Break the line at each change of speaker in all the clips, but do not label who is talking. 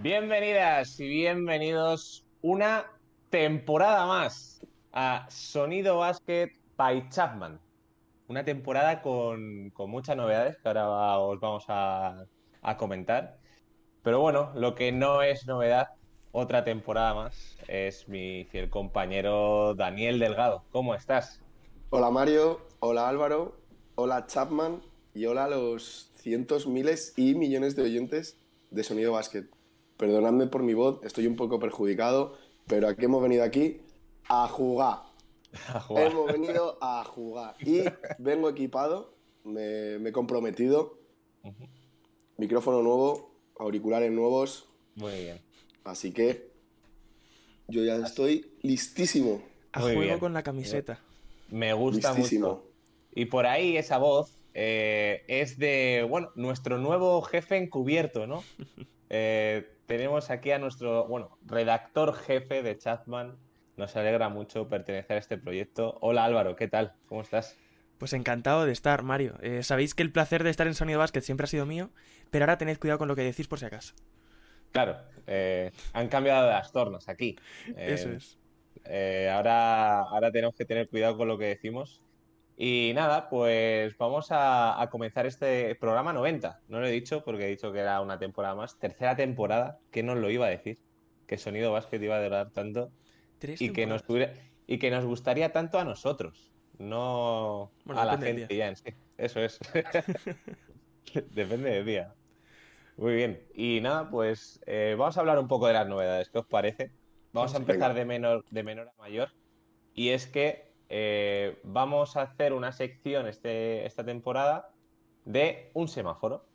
Bienvenidas y bienvenidos una temporada más a Sonido Basket by Chapman. Una temporada con, con muchas novedades que ahora va- os vamos a, a comentar. Pero bueno, lo que no es novedad, otra temporada más, es mi fiel compañero Daniel Delgado. ¿Cómo estás?
Hola Mario, hola Álvaro, hola Chapman y hola a los cientos, miles y millones de oyentes de Sonido Basket. Perdonadme por mi voz, estoy un poco perjudicado, pero aquí hemos venido aquí a jugar.
A jugar.
Hemos venido a jugar. Y vengo equipado, me, me he comprometido.
Ujú.
Micrófono nuevo, auriculares nuevos,
Muy bien.
así que yo ya estoy listísimo.
A
Muy
juego
bien. Eh.
con la camiseta.
Me gusta
listísimo.
mucho. Y por ahí esa voz eh, es de, bueno, nuestro nuevo jefe encubierto, ¿no? Eh, tenemos aquí a nuestro, bueno, redactor jefe de Chatman. Nos alegra mucho pertenecer a este proyecto. Hola Álvaro, ¿qué tal? ¿Cómo estás?
Pues encantado de estar, Mario. Eh, Sabéis que el placer de estar en Sonido Basket siempre ha sido mío, pero ahora tened cuidado con lo que decís por si acaso.
Claro, eh, han cambiado las tornas aquí. Eh,
Eso es.
Eh, ahora, ahora tenemos que tener cuidado con lo que decimos. Y nada, pues vamos a, a comenzar este programa 90. No lo he dicho porque he dicho que era una temporada más. Tercera temporada, que nos lo iba a decir? Que sonido básquet iba a durar tanto
Tres
y que, nos
temporadas.
hubiera- y que nos gustaría tanto a nosotros, no
Bueno,
a la
depende del
gente ya en sí. Eso es. depende del día. Muy bien. Y nada, pues eh, vamos a hablar un poco de las novedades. ¿Qué os parece? Vamos a
Venga.
empezar de menor, de menor a mayor. Y es que eh, vamos a hacer una sección este, esta temporada de un semáforo.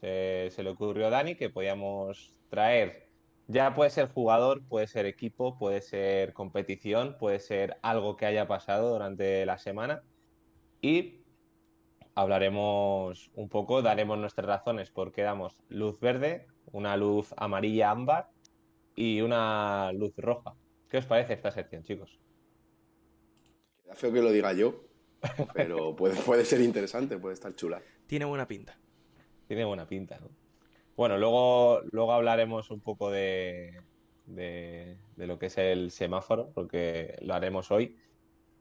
Se, se le ocurrió a Dani que podíamos traer. Ya puede ser jugador, puede ser equipo, puede ser competición, puede ser algo que haya pasado durante la semana. Y hablaremos un poco, daremos nuestras razones por qué damos luz verde, una luz amarilla ámbar y una luz roja. ¿Qué os parece esta sección, chicos?
Queda feo que lo diga yo, pero puede, puede ser interesante, puede estar chula.
Tiene buena pinta.
Tiene buena pinta, ¿no? Bueno, luego, luego hablaremos un poco de, de, de lo que es el semáforo, porque lo haremos hoy.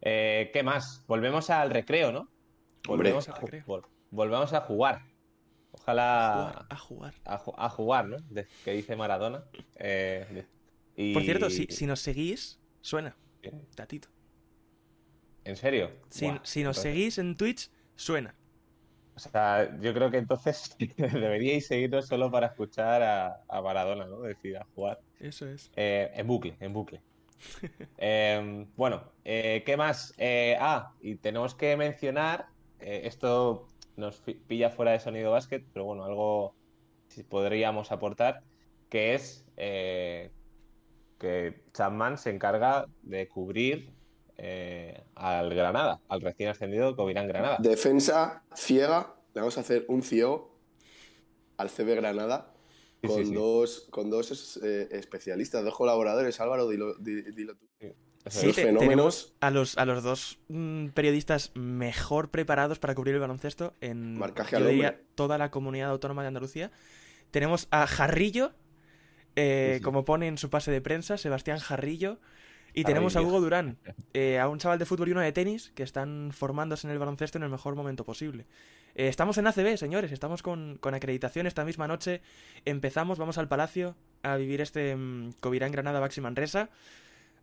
Eh, ¿Qué más? Volvemos al recreo, ¿no?
Hombre.
Volvemos a,
Al
ju-
recreo.
vol- volvemos a jugar. Ojalá
Jugar, a jugar.
a, ju- a jugar, ¿no? De- que dice Maradona. Eh, de- y-
Por cierto, si, si nos seguís, suena.
Bien.
Tatito.
¿En serio?
Si,
Buah,
si nos
entonces-
seguís en Twitch, suena.
O sea, yo creo que entonces deberíais seguirnos solo para escuchar a, a Maradona, ¿no? Decir, a jugar.
Eso es.
Eh, en bucle, en bucle. Eh, bueno, eh, ¿qué más? Eh, ah, y tenemos que mencionar, eh, esto nos fi- pilla fuera de sonido básquet, pero bueno, algo si podríamos aportar, que es eh, que Chapman se encarga de cubrir eh, al Granada, al recién ascendido Covirán Granada.
Defensa ciega, le vamos a hacer un ciego al CB Granada
Sí, sí,
con
sí.
dos, con dos eh, especialistas, dos colaboradores. Álvaro, dilo, di- dilo tú.
Eso
Sí,
es.
Los
te-
fenómenos.
tenemos a los, a los dos mm, periodistas mejor preparados para cubrir el baloncesto en
Marcaje al
yo diría,
hombre.
toda la comunidad autónoma de Andalucía. Tenemos a Jarrillo, eh,
Sí, sí.
como pone en su pase de prensa, Sebastián Jarrillo. Y tenemos a
Jarrillo.
Hugo Durán, eh, a un chaval de fútbol y uno de tenis que están formándose en el baloncesto en el mejor momento posible. Eh, estamos en ACB, señores, estamos con, con acreditación esta misma noche. Empezamos, vamos al Palacio a vivir este mm, Covirán Granada Baxi Manresa.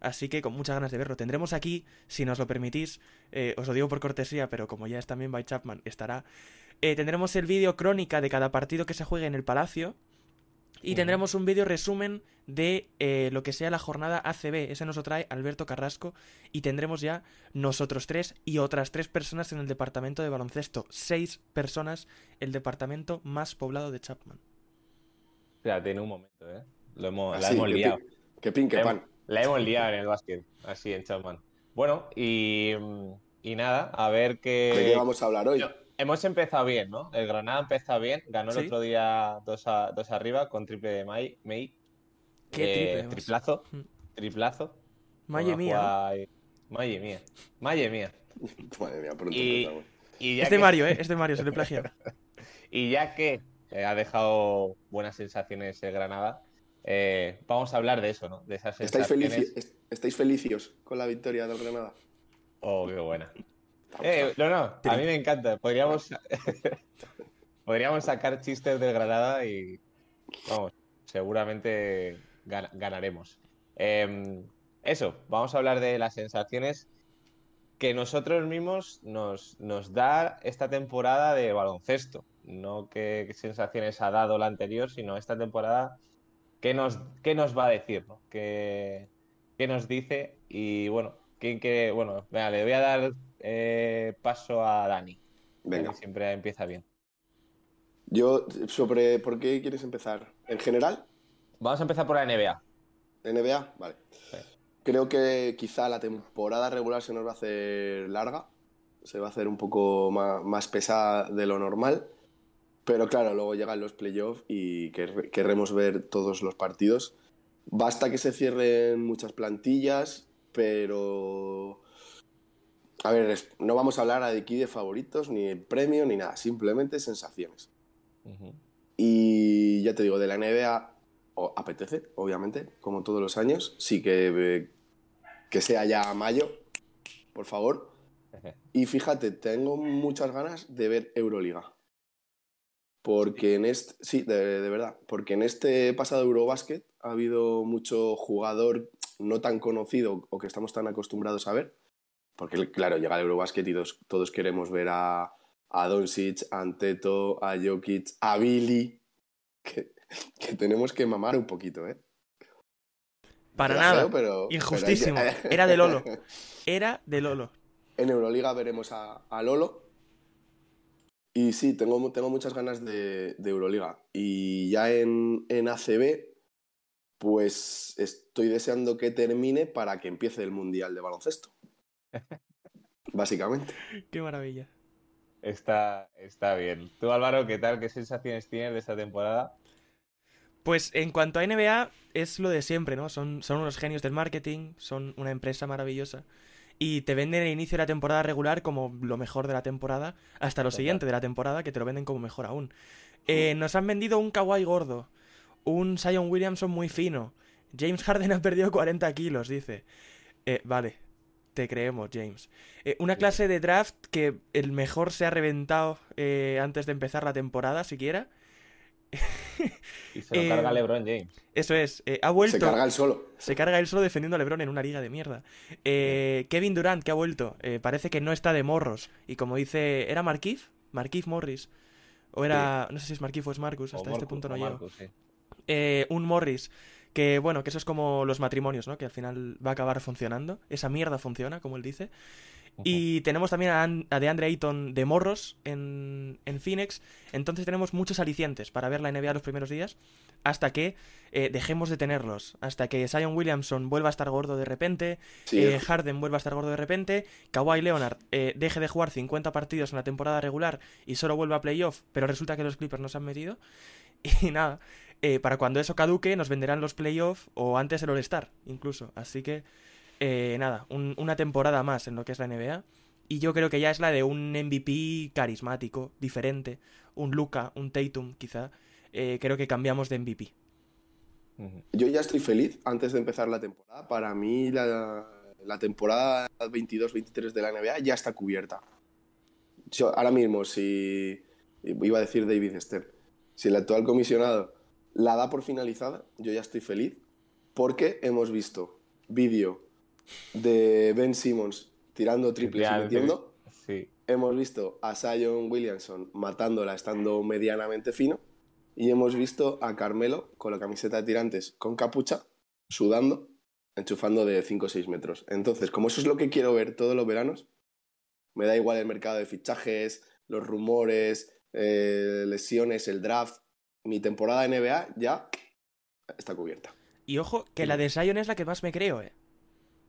Así que con muchas ganas de verlo. Tendremos aquí, si nos lo permitís, eh, os lo digo por cortesía, pero como ya es también by Chapman, estará. eh, tendremos el vídeo crónica de cada partido que se juegue en el Palacio. Y
Ujú.
tendremos un vídeo resumen de eh, lo que sea la jornada ACB. Ese nos lo trae Alberto Carrasco. Y tendremos ya nosotros tres y otras tres personas en el departamento de baloncesto. Seis personas, el departamento más poblado de Chapman.
Espérate, en un momento, ¿eh? Lo hemos, la
Así,
hemos
Ah, que
liado. Em,
pin- Que pin, que
La
pan.
hemos- La hemos liado en el básquet, así en Chapman. Bueno, y, mm, y nada, a ver
¿De qué
qué.
Pues vamos a hablar hoy?
Hemos empezado bien, ¿no? El Granada ha empezado bien, ganó el
Sí.
otro día dos, a- dos arriba con triple de May. May.
Qué
Eh,
triple, además.
triplazo,
Mm.
triplazo.
Madre
Una
mía. ¿no?
jugada ahí. Madre mía, madre mía.
Madre mía, pronto
Y-
empezamos.
Y ya
Este
que-
Mario, ¿eh? Este Mario se le plagia.
Y ya que eh, ha dejado buenas sensaciones el Granada, eh, vamos a hablar de eso, ¿no? De esas
¿Estáis,
sensaciones.
felici- est- ¿Estáis felicios con la victoria del Granada?
Oh, qué buena. Eh, no, no, a mí me encanta. Podríamos, podríamos sacar chistes del Granada y, vamos, seguramente gana- ganaremos. Eh, eso, vamos a hablar de las sensaciones que nosotros mismos nos, nos da esta temporada de baloncesto. No qué sensaciones ha dado la anterior, sino esta temporada, qué nos, qué nos va a decir, ¿no? ¿Qué, qué nos dice? Y bueno, ¿quién quiere? Bueno, venga, le voy a dar eh, paso a Dani.
Venga.
que Siempre empieza bien.
Yo, sobre por qué quieres empezar. ¿En general?
Vamos a empezar por la NBA.
¿NBA? Vale.
Sí.
Creo que quizá la temporada regular se nos va a hacer larga. Se va a hacer un poco ma- más, pesada de lo normal. Pero claro, luego llegan los playoffs y quer- querremos ver todos los partidos. Basta que se cierren muchas plantillas, pero. A ver, es- no vamos a hablar aquí de favoritos, ni de premio, ni nada. Simplemente sensaciones.
Ujú.
Y ya te digo, de la NBA o- apetece, obviamente, como todos los años. Sí que, eh, que sea ya mayo, por favor. Y fíjate, tengo muchas ganas de ver Euroliga. Porque en este. Sí, de, de verdad. Porque en este pasado Eurobasket ha habido mucho jugador no tan conocido o que estamos tan acostumbrados a ver. Porque, claro, llega el Eurobasket y todos, todos queremos ver a, a Doncic, a Anteto, a Jokic, a Billy. Que, que tenemos que mamar un poquito, ¿eh?
Para
Era
nada.
feo, pero-
Injustísimo.
pero hay que-
Era de Lolo. Era de Lolo.
En Euroliga veremos a, a Lolo. Y sí, tengo, mu- tengo muchas ganas de, de Euroliga. Y ya en, en ACB, pues estoy deseando que termine para que empiece el Mundial de Baloncesto. Básicamente.
Qué maravilla.
Está, está bien. Tú, Álvaro, ¿qué tal? ¿Qué sensaciones tienes de esta temporada?
Pues en cuanto a NBA, es lo de siempre, ¿no? Son, son unos genios del marketing, son una empresa maravillosa. Y te venden el inicio de la temporada regular como lo mejor de la temporada, hasta lo
Total.
siguiente de la temporada, que te lo venden como mejor aún. Eh, nos han vendido un Kawhi gordo, un Zion Williamson muy fino. James Harden ha perdido 40 kilos, dice. Eh, vale, te creemos, James. Eh, una clase de draft que el mejor se ha reventado eh, antes de empezar la temporada, siquiera.
Y se lo
Eh,
carga LeBron James.
Eso es, eh, ha vuelto.
Se carga el solo.
Se carga él solo defendiendo a LeBron en una liga de mierda. Eh, Kevin Durant, que ha vuelto, eh, parece que no está de morros. Y como dice, ¿era Markif? Markif Morris. O era, no sé si es Markif o es Marcus,
O
hasta este
Morcu-
punto no
o
llego.
Marcus, sí.
Eh, un Morris, que bueno, que eso es como los matrimonios, ¿no? Que al final va a acabar funcionando. Esa mierda funciona, como él dice. Y tenemos también a, An- a DeAndre Ayton de Morros en, en Phoenix. Entonces tenemos muchos alicientes para ver la NBA los primeros días. Hasta que eh, dejemos de tenerlos. Hasta que Zion Williamson vuelva a estar gordo de repente.
Sí,
eh, Harden vuelva a estar gordo de repente. Kawhi Leonard eh, deje de jugar 50 partidos en la temporada regular y solo vuelva a playoff. Pero resulta que los Clippers no se han metido. Y nada. eh, para cuando eso caduque, nos venderán los playoffs o antes el All-Star, incluso. Así que eh, nada, un- una temporada más en lo que es la NBA. Y yo creo que ya es la de un MVP carismático, diferente. Un Luca, un Tatum, quizá. Eh, creo que cambiamos de MVP.
Ujú.
Yo ya estoy feliz antes de empezar la temporada. Para mí, la, la temporada 22-23 de la NBA ya está cubierta. Yo, ahora mismo, si. Iba a decir David Stern. Si el actual comisionado la da por finalizada, yo ya estoy feliz. Porque hemos visto vídeo de Ben Simmons tirando triples y
Triple,
metiendo.
Sí.
Hemos visto a Zion Williamson matándola estando medianamente fino. Y hemos visto a Carmelo con la camiseta de tirantes con capucha, sudando, enchufando de 5 o 6 metros. Entonces, como eso es lo que quiero ver todos los veranos, me da igual el mercado de fichajes, los rumores, eh, lesiones, el draft. Mi temporada NBA ya está cubierta.
Y ojo, que la de Zion es la que más me creo, eh.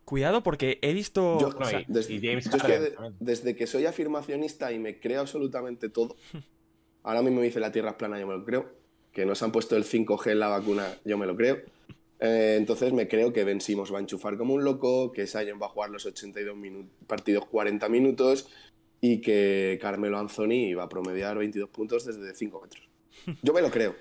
Cuidado, porque he visto.
Yo-
o
No,
sea,
y- James
yo es que
Harden
de-
también.
desde que soy afirmacionista y me creo absolutamente todo, ahora mismo me dice la Tierra es plana, yo me lo creo, que nos han puesto el 5G en la vacuna, yo me lo creo. Eh, entonces me creo que Ben Simmons va a enchufar como un loco, que Sion va a jugar los 82 minu- partidos 40 minutos y que Carmelo Anthony va a promediar 22 puntos desde 5 metros. Yo me lo creo.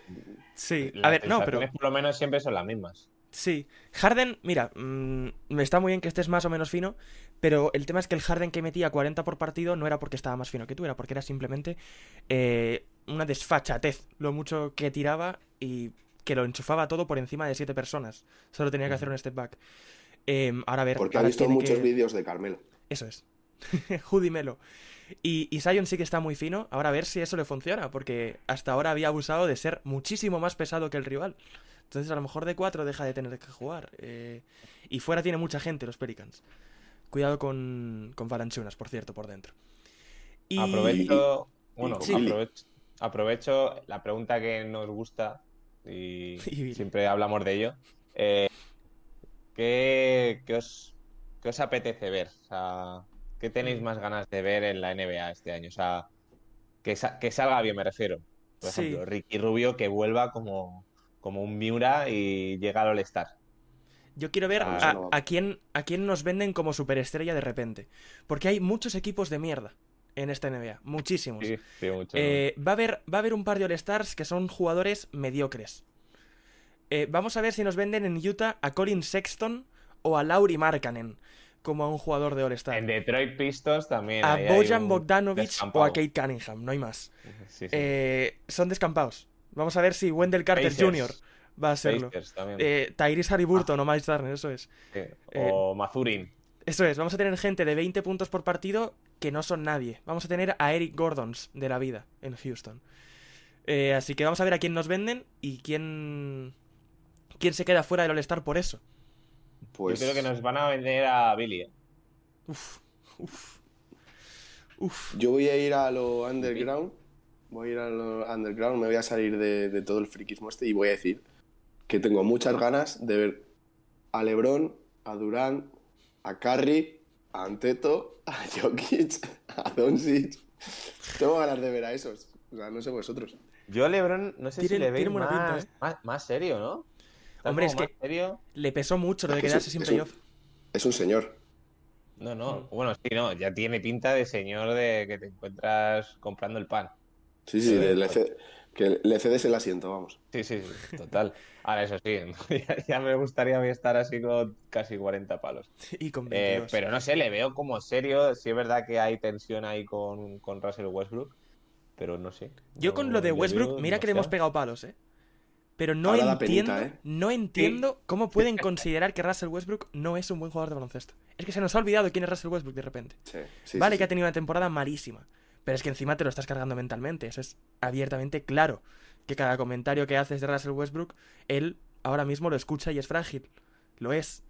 Sí, a
Las
ver, no, pero.
sensaciones, por lo menos siempre son las mismas.
Sí, Harden, mira, mm, me está muy bien que estés más o menos fino, pero el tema es que el Harden que metía 40 por partido no era porque estaba más fino que tú, era porque era simplemente eh, una desfachatez, lo mucho que tiraba y que lo enchufaba todo por encima de siete personas. Solo tenía que hacer un step back. Em, ahora a ver,
Porque ha
ahora
visto
tiene
muchos
que-
vídeos de Carmelo.
Eso es. Judy Melo. Y, y Zion sí que está muy fino. Ahora a ver si eso le funciona, porque hasta ahora había abusado de ser muchísimo más pesado que el rival. Entonces a lo mejor de 4 deja de tener que jugar. eh, y fuera tiene mucha gente los Pelicans. Cuidado con, con Valanciunas, por cierto, por dentro. Y...
Aprovecho, bueno,
sí.
aprovecho, aprovecho la pregunta que nos gusta y
Y-
siempre hablamos de ello. Eh, ¿qué, qué os, qué os apetece ver? O sea, ¿qué tenéis
Mm.
más ganas de ver en la NBA este año? O sea, que, sa- que salga bien, me refiero. Por
Sí.
ejemplo, Ricky Rubio que vuelva como, como un Miura y llega al All-Star.
Yo quiero ver
Ah,
a,
eso no va.
a quién, a quién nos venden como superestrella de repente. Porque hay muchos equipos de mierda en esta NBA. Muchísimos.
Sí, sí, mucho.
Eh, va, a haber, va a haber un par de All-Stars que son jugadores mediocres. Eh, vamos a ver si nos venden en Utah a Colin Sexton o a Lauri Markkanen como a un jugador de
En
All-Star.
Detroit Pistons también.
A
ahí hay
Bojan
un
Bogdanovic o
descampado.
a Kate Cunningham, no hay más.
Sí, sí.
Eh, son descampados. Vamos a ver si Wendell Carter
Pacers.
Jr. va a serlo.
Pacers también.
Eh, Tyrese Haliburton o Miles Turner, eso es.
Sí, O Mazurin.
Eso es, vamos a tener gente de 20 puntos por partido que no son nadie. Vamos a tener a Eric Gordons de la vida en Houston. Eh, así que vamos a ver a quién nos venden y quién quién se queda fuera del All-Star por eso.
Pues
Yo creo que nos van a vender a Billy. ¿eh?
Uf, uf, uf.
yo voy a ir a lo underground. Voy a ir a lo underground, me voy a salir de, de todo el friquismo este y voy a decir que tengo muchas ganas de ver a LeBron, a Durán, a Curry, a Anteto, a Jokic, a Doncic. Tengo ganas de ver a esos. O sea, no sé vosotros.
Yo a LeBron, no sé si
Tiene-
le veis
tiene buena pinta,
más,
¿eh?
más, más serio, ¿no? Está
Hombre,
como
es
más serio.
Le pesó mucho lo de
Es un-
quedarse sin
es un-
playoff.
Es un señor.
No, no.
Mm.
Bueno, sí, no. Ya tiene pinta de señor de que te encuentras comprando el pan.
Sí, sí, le, le ce- que le cedes el asiento, vamos.
Sí, sí, sí. Total. Ahora, eso sí. Ya, ya me gustaría a mí estar así con casi 40 palos.
Y con
Eh,
22.
pero no sé, le veo como serio. Sí es verdad que hay tensión ahí con, con Russell Westbrook. Pero no sé.
Yo con lo de
le veo
Westbrook, mira que le hemos
demasiado.
pegado palos, ¿eh? Pero no
Ahora da
entiendo,
penita, ¿eh?
no entiendo cómo pueden considerar que Russell Westbrook no es un buen jugador de baloncesto. Es que se nos ha olvidado quién es Russell Westbrook de repente.
Sí, sí,
vale
sí,
que ha
sí.
tenido una temporada malísima, pero es que encima te lo estás cargando mentalmente. Eso es abiertamente claro. Que cada comentario que haces de Russell Westbrook, él ahora mismo lo escucha y es frágil. Lo es.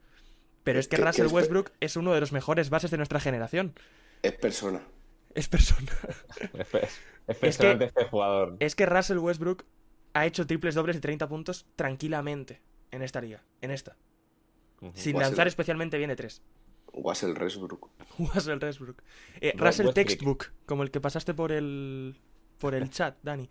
Pero es que
Que- que
Russell
es-
Westbrook es uno de los mejores bases de nuestra generación.
Es persona.
Es persona.
Es, es impresionante este jugador.
Es que Russell Westbrook ha hecho triples dobles de 30 puntos tranquilamente en esta liga. En esta.
Ujú.
Sin
Russell.
lanzar especialmente bien de tres.
Russell Westbrook.
Russell Westbrook. Eh,
Ru-
Russell
Westbrook.
Textbook, como el que pasaste por el por el chat, Dani.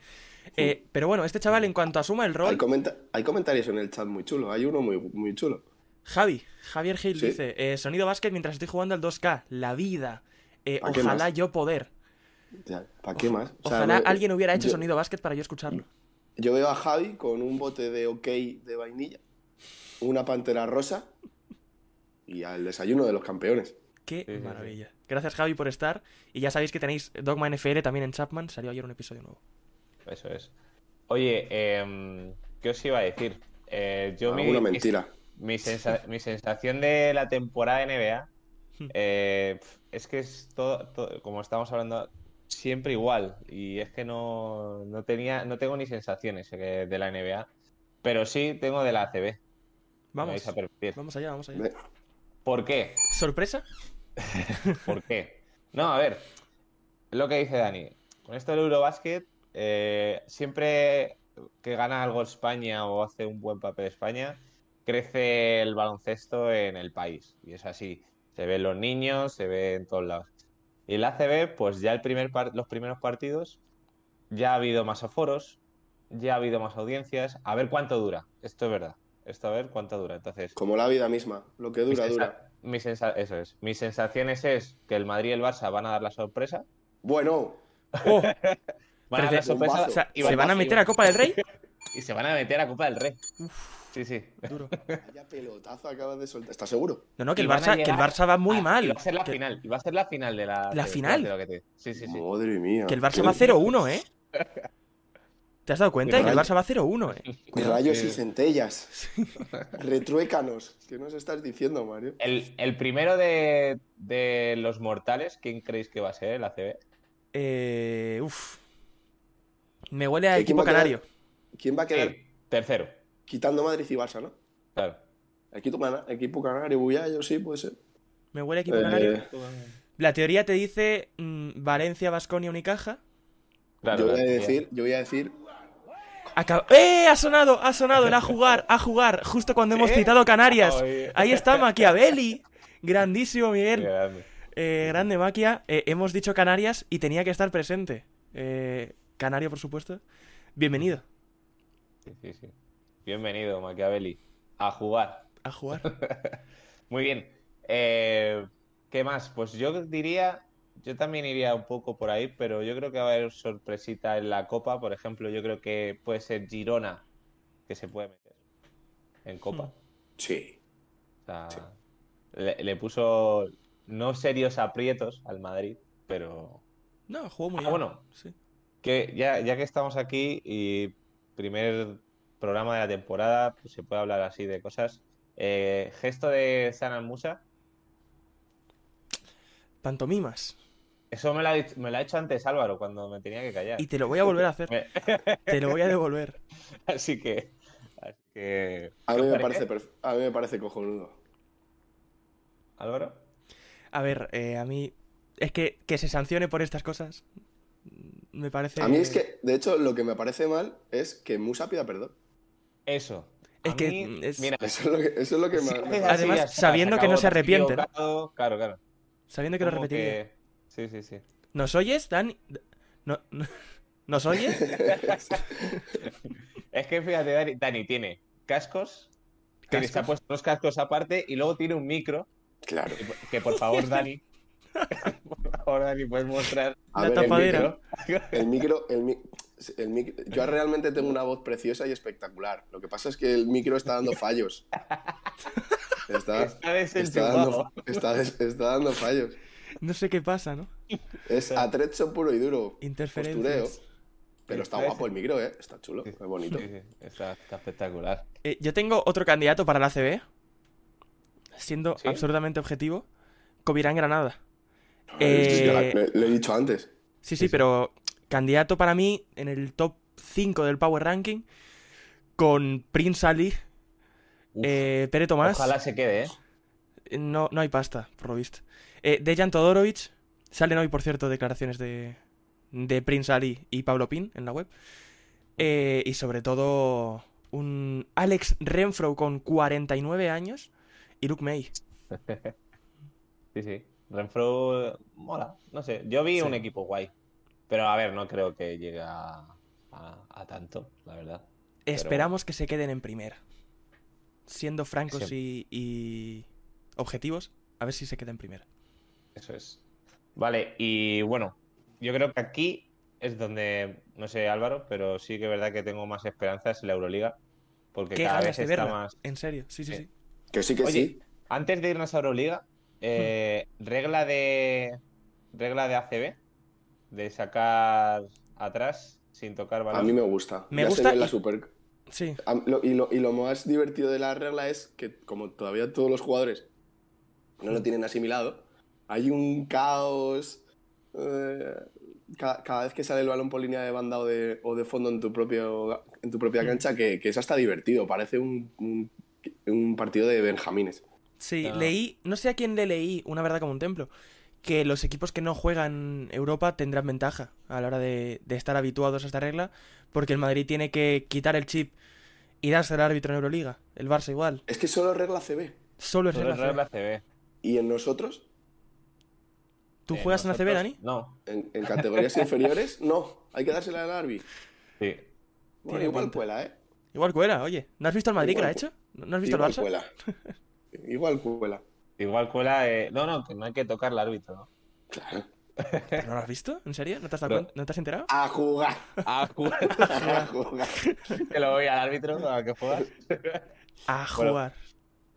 Eh, pero bueno, este chaval en cuanto asuma el
Hay,
rol,
comenta- hay comentarios en el chat muy chulo. Hay uno muy, muy chulo.
Javi, Javier Gil
Sí.
dice, eh, sonido básquet mientras estoy jugando al 2K, la vida. Eh,
¿Pa' qué
ojalá
más?
yo poder.
¿Para qué más? O sea,
ojalá
me-
alguien hubiera hecho
yo- Mm.
sonido básquet para yo escucharlo.
Yo veo a Javi con un bote de OK de vainilla, una pantera rosa y al desayuno de los campeones.
Qué
Sí, sí, sí.
maravilla. Gracias Javi por estar. Y ya sabéis que tenéis Dogma NFL también en Chapman. Salió ayer un episodio nuevo.
Eso es. Oye, em, ¿qué os iba a decir? Eh, yo mi,
Alguna mentira.
mi sensa- mi sensación de la temporada NBA
Hmm.
eh, pf, es que es todo, todo- como estamos hablando, siempre igual. Y es que no, no tenía, no tengo ni sensaciones eh, de la NBA. Pero sí tengo de la ACB. me
Vamos.
vais a permitir.
Vamos allá, vamos allá.
Ve-
¿Por qué?
¿Sorpresa?
¿Por qué? No, a ver, lo que dice Dani. Con esto del Eurobasket, eh, siempre que gana algo España o hace un buen papel España, crece el baloncesto en el país. Y es así. Se ven los niños, se ve en todos lados. Y el ACB, pues ya el primer par- los primeros partidos, ya ha habido más aforos, ya ha habido más audiencias. A ver cuánto dura. Esto es verdad. Esto a ver cuánto dura. Entonces,
Como la vida misma. Lo que dura,
mi sensa-
dura.
mi sensa- eso es. Mis sensaciones es que el Madrid y el Barça van a dar la sorpresa.
Bueno,
Oh,
Van a dar
Pero
la
de-
sorpresa
bombazo.
o sea,
y
¿se van a
y
meter a Copa del Rey?
y se van a meter a Copa del Rey.
Uf,
Sí, sí.
duro.
Vaya pelotazo acabas de soltar. ¿Estás seguro?
No, no, que
Y
el
van a
Barça, que el
llegar
Barça va muy
Ah,
mal.
Y va a ser la
que,
final. Y va a ser la final de la.
¿La
de-
final?
de lo que te- Sí, sí, sí.
Madre mía.
que el Barça
Qué-
va 0-1, ¿eh? ¿Te has dado cuenta?
Qué
Que el
rayo.
Barça va 0-1, ¿eh?
Rayos
Sí.
y centellas. Retruécanos. ¿Qué nos estás diciendo, Mario?
El, el primero de, de los mortales, ¿quién creéis que va a ser el ACB?
Eh, uf. Me huele a
¿Qué
equipo
equipo queda?
canario.
¿Quién va a quedar
Sí, tercero.
quitando Madrid y Barça, no?
Claro.
Equipo, cana- equipo canario, Buya, yo sí, puede ser.
Me huele a equipo
Eh,
canario. La teoría te dice mm, Valencia, Vasconia, Unicaja.
Claro,
yo, voy a
claro,
decir, yo voy a decir
Acab- ¡Eh! Ha sonado, ha sonado el a jugar, a jugar, justo cuando hemos
¿Eh?
citado Canarias.
Oye.
Ahí está Machiavelli. Grandísimo,
Qué
Miguel.
grande.
Eh, grande Maquia. Eh, hemos dicho Canarias y tenía que estar presente. Eh, Canario, por supuesto. Bienvenido
Sí, sí, sí. Bienvenido, Machiavelli. A jugar.
a jugar.
Muy bien. Eh, ¿qué más? Pues yo diría, yo también iría un poco por ahí, pero yo creo que va a haber sorpresita en la Copa. Por ejemplo, yo creo que puede ser Girona, que se puede meter en Copa.
sí.
O sea, le, le puso no serios aprietos al Madrid, pero
No, jugó muy
Ah,
bien.
bueno.
Sí.
que ya, ya que estamos aquí y primer programa de la temporada, pues se puede hablar así de cosas. Eh, gesto de Sanan Musa,
Pantomimas.
eso me lo, ha, dicho- me lo ha hecho antes Álvaro cuando me tenía que callar.
Y te lo voy a volver a hacer.
Eh,
Te lo voy a devolver.
así que, así que-
A
¿qué
mí,
os
me parece, perf- a mí me parece cojonudo.
Álvaro?
A ver, eh, a mí. Es que, que se sancione por estas cosas. Me parece.
A mí es que, de hecho, lo que me parece mal es que Musa pida perdón.
Eso.
Es
A
que
mí,
es-
mira,
Eso es lo que, eso es lo que
si
me, me
haces
parece.
así,
Además,
ya está,
sabiendo que no
acabó,
se
te has
arrepiente, ¿no?
equivocado. Claro, claro.
Sabiendo que lo
Como
repetiría.
que- Sí, sí, sí.
¿Nos oyes, Dani? No- no- ¿Nos oyes?
Es que fíjate, Dani, Dani tiene cascos, que se ha
Cascos.
puesto los cascos aparte y luego tiene un micro.
Claro.
que por- Que por favor, Dani. por favor, Dani, puedes mostrar.
A
La
ver, el
tapadera.
micro, el micro, el mi- el mic- yo realmente tengo una voz preciosa y espectacular. Lo que pasa es que el micro está dando fallos. Ah, Está,
Esta vez el
está dando, está des- está dando fallos.
No sé qué pasa, ¿no?
Es atrecho puro y duro. Postureo.
Interferencias.
Pero está guapo el micro, ¿eh? Está chulo, es bonito.
Está, está espectacular.
Eh, yo tengo otro candidato para la CB. Siendo
¿Sí?
absolutamente objetivo. Covirán Granada.
Es-
Eh,
ya lo- lo he dicho antes.
Sí,
Sí, sí,
sí.
pero candidato para mí en el top 5 del Power Ranking. Con Prince Ali,
Uf,
eh, Pere Tomás.
Ojalá se quede, ¿eh?
No, no hay pasta, por lo visto. Eh, Dejan Todorovic. Salen hoy, por cierto, declaraciones de, de Prince Ali y Pablo Pin en la web. Eh, y sobre todo, un Alex Renfro con 49 años y Luke May.
Sí, sí. Renfro mola. No sé. Yo vi
Sí.
un equipo guay. Pero a ver, no creo que llegue a, a- a tanto, la verdad.
Esperamos que se queden en primera. Siendo francos y, y objetivos, a ver si se queda en primera.
Eso es. Vale, y bueno, yo creo que aquí es donde, no sé, Álvaro, pero sí que es verdad que tengo más esperanzas en la Euroliga. Porque
Qué
cada
ganas
vez
de
está
verla.
más.
En serio, sí, sí,
Sí.
sí.
Que sí, que
Oye,
sí.
Antes de irnos a Euroliga,
Hmm.
eh, regla de regla de ACB, de sacar atrás sin tocar
A
balón.
mí me gusta.
Me
Ya se
gusta
ve en la
y-
Super.
Sí,
A- lo- y, lo, y lo más divertido de la regla es que, como todavía todos los jugadores no lo tienen asimilado, hay un caos. eh, ca- cada, vez que sale el balón por línea de banda o de, o de fondo en tu, propio, en tu propia cancha, que, que es hasta divertido. Parece un, un- un partido de Benjamines.
sí.
Claro.
Leí, no sé a quién le leí, una verdad como un templo, que los equipos que no juegan Europa tendrán ventaja a la hora de, de estar habituados a esta regla, porque el Madrid tiene que quitar el chip y darse al árbitro en Euroliga. El Barça igual.
Es que solo regla CB.
Solo
Solo
es Pues regla.
es
CB.
regla ACB.
Y en nosotros,
¿Tú
Eh,
juegas en ACB,
nosotros-
Dani?
No,
en, en categorías inferiores, no. Hay que dársela al Arby.
sí.
Bueno,
Tiene
igual
pinta.
cuela, ¿eh?
Igual cuela, oye. ¿No has visto al Madrid que la ha
Igual
hecho? ¿No has visto al
igual
Barça?
cuela. Igual cuela.
Igual cuela. eh, No, no, que no hay que tocar al árbitro, ¿no?
Claro.
¿Pero ¿No lo has visto? ¿En serio? ¿No te has, dado
No.
cuen- ¿No te has enterado?
A jugar.
Ah, jugar.
A jugar.
Te lo voy al árbitro a que juegas.
A
Bueno,
jugar.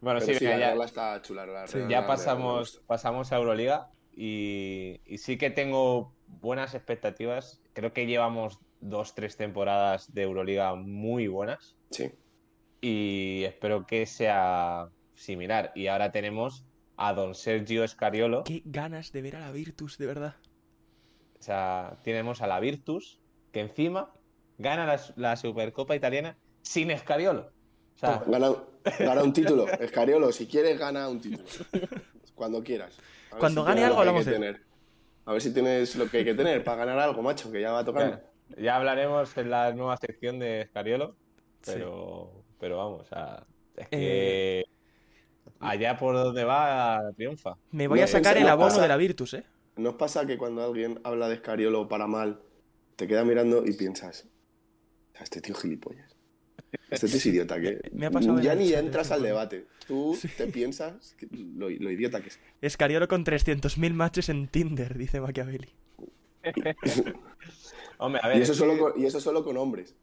Bueno,
Pero
sí,
sí,
venga,
la
ya,
regla está chula. la
Sí.
ya
regla me- me
pasamos,
gusta.
pasamos a Euroliga y, y sí que tengo buenas expectativas. Creo que llevamos dos, tres temporadas de Euroliga muy buenas.
Sí.
y espero que sea similar. Y ahora tenemos a don Sergio Escariolo,
Qué ganas de ver a la Virtus, de verdad.
o sea, tenemos a la Virtus, que encima gana la, la Supercopa Italiana sin Escariolo. O sea,
Gana, gana un título. Escariolo, si quieres, gana un título. Cuando quieras. A ver
Cuando
si
gane
tienes lo
algo,
que hay
hablamos
que
de él.
tener. A ver si tienes lo que hay que tener para ganar algo, macho, que ya va a tocar.
ya, ya hablaremos en la nueva sección de Escariolo,
Sí.
pero, pero vamos, o sea, es
Eh,
que allá por donde va triunfa.
Me voy
No,
a sacar
pensé-
el
no,
abono
pasa.
de la Virtus, ¿eh?
¿No os pasa que cuando alguien habla de Escariolo para mal, te queda mirando y piensas, "O sea, este tío es gilipollas? Este tío es idiota, que
Me ha pasado en
ya
el
ni
chat de
entras
vez en
al
cuando.
debate. Tú
Sí.
te piensas que- lo, lo idiota que es.
Escariolo con 300.000 matches en Tinder, dice Machiavelli.
Hombre, a ver,
Y eso
es
solo
que-
con, y eso solo con hombres.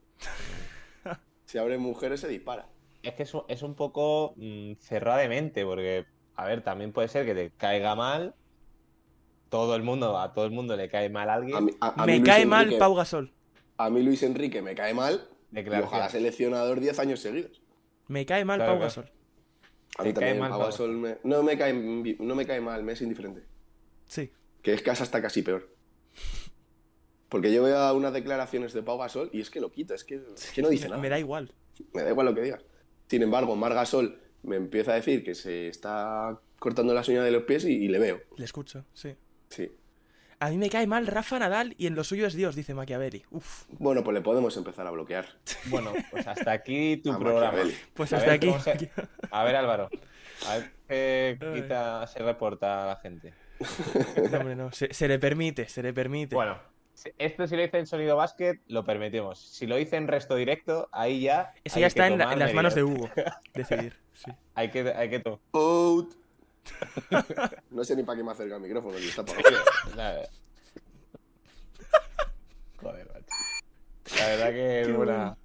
Si abren mujeres se dispara.
Es que es un, es un poco mm, cerrada de mente, porque, a ver, también puede ser que te caiga mal. Todo el mundo, a todo el mundo le cae mal a alguien.
A mí, a- a mí
Me
Luis
cae mal
Enrique-
Pau Gasol.
A mí Luis Enrique me cae mal. Y
Declaraciones.
ojalá seleccionador 10 años seguidos.
Me cae mal
Claro,
Pau
claro.
Gasol.
A mí
Te cae
también
mal
Pau
Pau.
Gasol me- no, me cae, no me cae mal, me es indiferente.
Sí.
Que es casa hasta casi peor. Porque yo veo unas declaraciones de Pau Gasol y es que lo quita, es que, es que no dice
Me-
nada.
Me da igual.
Me da igual lo que digas. Sin embargo, Mar Gasol me empieza a decir que se está cortando las uñas de los pies y, y le veo.
Le escucho, sí.
Sí.
A mí me cae mal Rafa Nadal y en lo suyo es Dios, dice Machiavelli. Uf.
Bueno, pues le podemos empezar a bloquear.
Bueno, pues hasta aquí tu
a
programa.
Machiavelli.
Pues
A
hasta
ver,
aquí.
¿cómo se- A ver, Álvaro. A ver eh, qué
Ay.
quita, se reporta a la gente.
No, hombre, no. Se, se le permite, se le permite.
Bueno, si- esto si lo dice en sonido básquet, lo permitimos. Si lo dice en resto directo, ahí ya.
Eso
hay
ya
que
está en, la-
tomar
en las manos de
medidas.
Hugo. Decidir. Sí.
Hay que, hay que tomar.
Out. No sé ni para qué me acerca el micrófono, que está apagado.
Nada. Joder, macho. La verdad que es
Qué
buena.
bueno.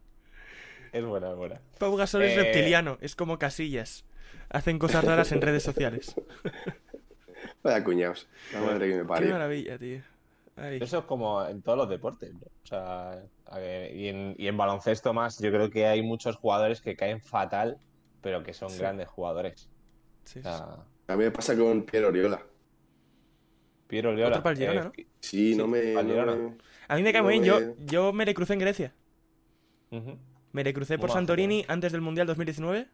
Es buena, es buena.
Pau Gasol es
Eh.
reptiliano, es como casillas. Hacen cosas raras en redes sociales.
Vaya cuñados. La madre que me
Qué
parió.
maravilla, tío. Ay.
Eso es como en todos los deportes, ¿no? O sea, a ver, y, en, y en baloncesto más, yo creo que hay muchos jugadores que caen fatal, pero que son
Sí.
grandes jugadores.
Sí,
O
sí.
sea,
A mí me pasa con Piero Oriola.
Piero Oriola, eh,
Otro para el Girona,
Sí, no me.
para el
no
Girona.
me-
A mí me cae muy bien.
no
Yo, yo me le crucé en Grecia.
ujú.
Me le crucé por
Buah,
Santorini antes del Mundial 2019.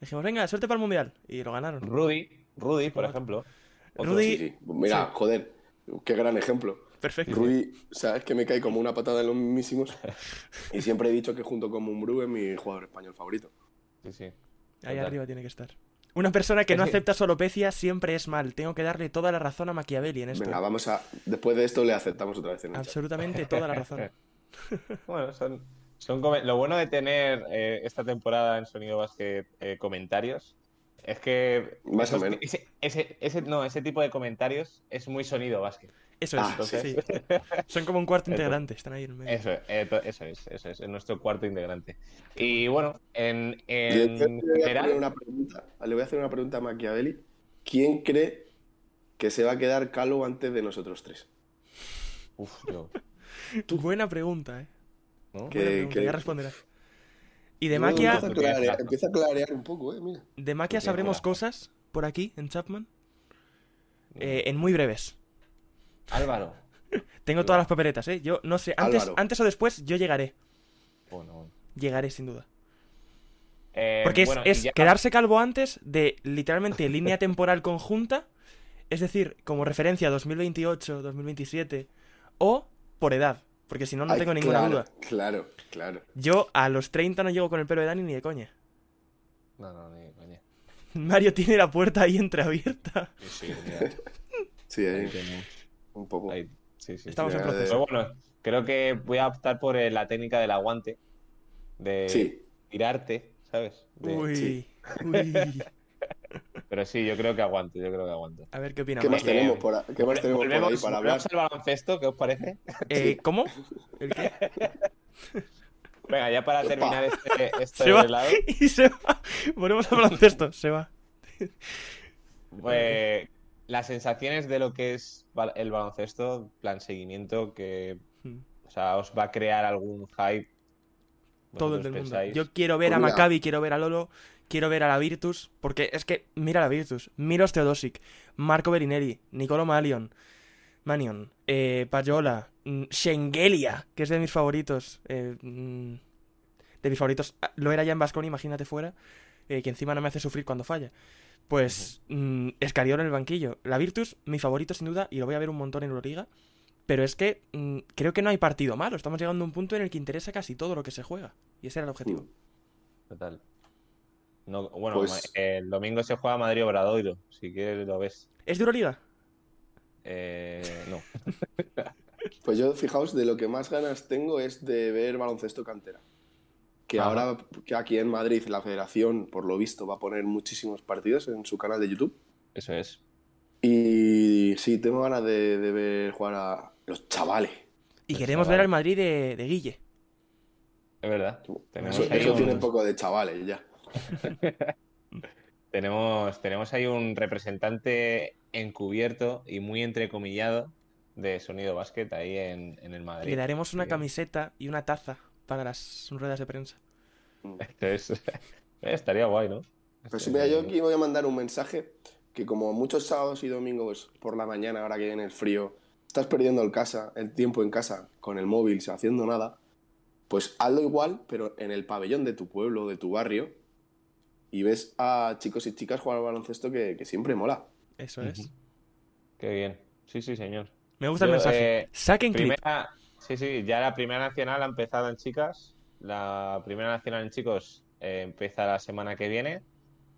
Dijimos, venga, suerte para el Mundial. Y lo ganaron.
Rudy, Rudy, por
Otro.
ejemplo.
Rudy-
Sí, sí. Mira,
Sí.
joder, qué gran ejemplo.
Perfecto.
Rudy, sabes que me cae como una patada en los mismísimos. Y siempre he dicho que junto con Mumbrú es mi jugador español favorito.
Sí, sí.
Ahí
Total.
arriba tiene que estar. Una persona que no
Es que-
acepta su alopecia siempre es mal. Tengo que darle toda la razón a Machiavelli en esto.
Venga, vamos a. Después de esto le aceptamos otra vez en el chat.
Absolutamente toda la razón.
Bueno, son, son come- lo bueno de tener eh, esta temporada en Sonido Basket eh, comentarios es que
Más o
esos-
menos.
Ese, ese- ese- no, ese tipo de comentarios es muy Sonido Basket.
Eso es.
Ah,
entonces-
sí. Son como un cuarto
Eso.
integrante, están ahí en medio.
Eso, es, eh, to- eso es, eso es, es nuestro cuarto integrante. Y bueno, en, en
De hecho, le voy, a
general,
poner una pregunta, le voy a hacer una pregunta a Machiavelli. ¿Quién cree que se va a quedar calvo antes de nosotros tres?
uf, yo,
Buena pregunta, eh.
¿no?
¿Qué?
Buena
Que-
pregunta,
que-
ya responderás. Y de
No,
Maquia,
empieza, a clarear, empieza a clarear un poco, eh, mira.
de Maquia
Tiene
sabremos
corazón.
cosas por aquí, en Chapman, eh, en muy breves.
Álvaro.
Tengo todas las papeletas, eh. Yo no sé, antes,
Álvaro.
antes o después yo llegaré.
Bueno, bueno.
Llegaré sin duda.
Eh,
Porque es,
bueno, y
es
ya-
quedarse calvo antes de literalmente línea temporal conjunta, es decir, como referencia a 2028, 2027, o por edad, porque si no, no
Ay,
tengo ninguna
claro,
duda.
Claro, claro.
Yo a los 30 no llego con el pelo de Dani ni de coña.
No, no, ni de coña.
Mario tiene la puerta ahí entreabierta.
Sí, sí, mira,
Sí, ahí,
ahí tenemos,
un poco.
ahí- sí, sí,
Estamos
sí.
en
ya,
proceso.
Pero bueno, creo que voy a optar por eh, la técnica del aguante. De
Sí,
tirarte, ¿sabes? De-
Uy,
sí.
uy.
Pero sí, yo creo que aguanto, yo creo que aguanto.
A ver qué opinamos.
¿Qué más
Eh,
tenemos por, a- qué más tenemos por ahí
Volvemos,
para hablar?
volvemos al baloncesto, ¿qué os parece?
Eh, ¿Cómo? ¿El qué?
Venga, ya para terminar este, este
Se va.
velado,
Y se va. Volvemos al baloncesto. Se va.
eh, las sensaciones de lo que es bal- el baloncesto, plan seguimiento, que
Mm.
o sea, os va a crear algún hype.
Todo el
¿Vosotros
del mundo.
pensáis?
Yo quiero ver a
Hola.
Maccabi, quiero ver a Lolo, quiero ver a la Virtus. Porque es que, mira la Virtus. Miros Teodosic, Marco Berinelli, Nicolo Malion, Manion, eh, Payola, mm, Shengelia, que es de mis favoritos. eh, mm, de mis favoritos. Ah, Lo era ya en Vasconi, imagínate fuera. eh, que encima no me hace sufrir cuando falla. Pues mm, Escariolo en el banquillo. La Virtus, mi favorito sin duda, y lo voy a ver un montón en Euroliga. Pero es que mm, creo que no hay partido malo. Estamos llegando a un punto en el que interesa casi todo lo que se juega. Y ese era el
Uh.
objetivo.
Total. No, bueno,
Pues-
ma- el domingo se juega Madrid Obradoiro, si quieres lo ves.
¿Es de Euroliga?
Eh, no.
Pues yo, fijaos, de lo que más ganas tengo es de ver baloncesto cantera. Que
Ajá.
ahora, que aquí en Madrid, la federación, por lo visto, va a poner muchísimos partidos en su canal de YouTube.
Eso es.
Y sí, tengo ganas de, de ver jugar a los chavales.
Y
Pues
queremos
chaval.
ver al Madrid de, de Guille.
Es verdad. Tenemos
Eso,
ahí
eso tiene
un-
poco de chavales ya.
Tenemos, tenemos ahí un representante encubierto y muy entrecomillado de Sonido Basket ahí en, en el Madrid.
Le daremos una
Bien.
camiseta y una taza para las ruedas de prensa.
Entonces, eh, estaría guay, ¿no? Este,
Pues
Estaría
mira, yo
guay.
aquí voy a mandar un mensaje que como muchos sábados y domingos por la mañana, ahora que viene el frío, estás perdiendo el casa, el tiempo en casa con el móvil, sin haciendo nada, pues hazlo igual, pero en el pabellón de tu pueblo, de tu barrio, y ves a chicos y chicas jugar al baloncesto que, que siempre mola.
Eso
Ujú.
es.
Qué bien. Sí, sí, señor.
Me gusta
Yo,
el mensaje.
eh,
Saquen clip.
Primera, sí, sí, ya la primera nacional ha empezado en chicas. La primera nacional en chicos eh, empieza la semana que viene.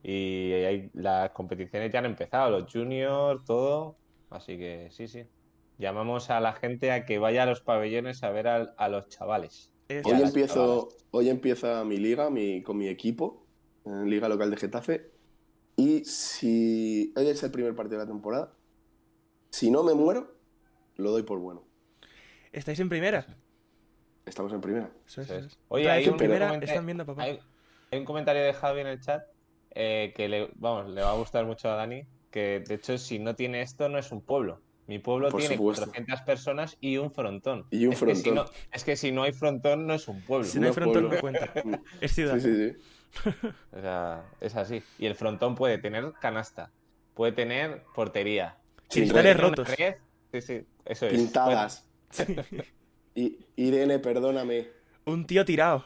Y hay- las competiciones ya han empezado, los juniors, todo. Así que sí, sí. Llamamos a la gente a que vaya a los pabellones a ver al- a, los chavales.
Eso
Hoy
es.
las
empiezo,
chavalas.
hoy empieza mi liga, mi, con mi equipo, en Liga Local de Getafe. Y si hoy es el primer partido de la temporada, si no me muero, lo doy por bueno.
Estáis en primera.
Estamos en primera.
Eso es,
Eso
eso
es.
es.
Oye,
Otra
hay
vez en
un
primera
comentario-
están viendo a papá.
Hay, hay un comentario de Javi en el chat eh, que le, vamos, le va a gustar mucho a Dani, que de hecho si no tiene esto no es un pueblo. Mi pueblo
Por
tiene
supuesto.
400 personas y un frontón.
Y un
es Que si
frontón.
no, es que si no hay frontón no es un pueblo.
Si no hay
no
frontón,
pueblo.
no cuenta.
Mm,
Es ciudad.
Sí, sí, sí.
O sea, es así. Y el frontón puede tener canasta, puede tener portería.
Sin
Cristales
puede tener una
rotos.
red. Sí, sí, eso es.
Pintadas. Y, Irene, perdóname.
Un tío tirado.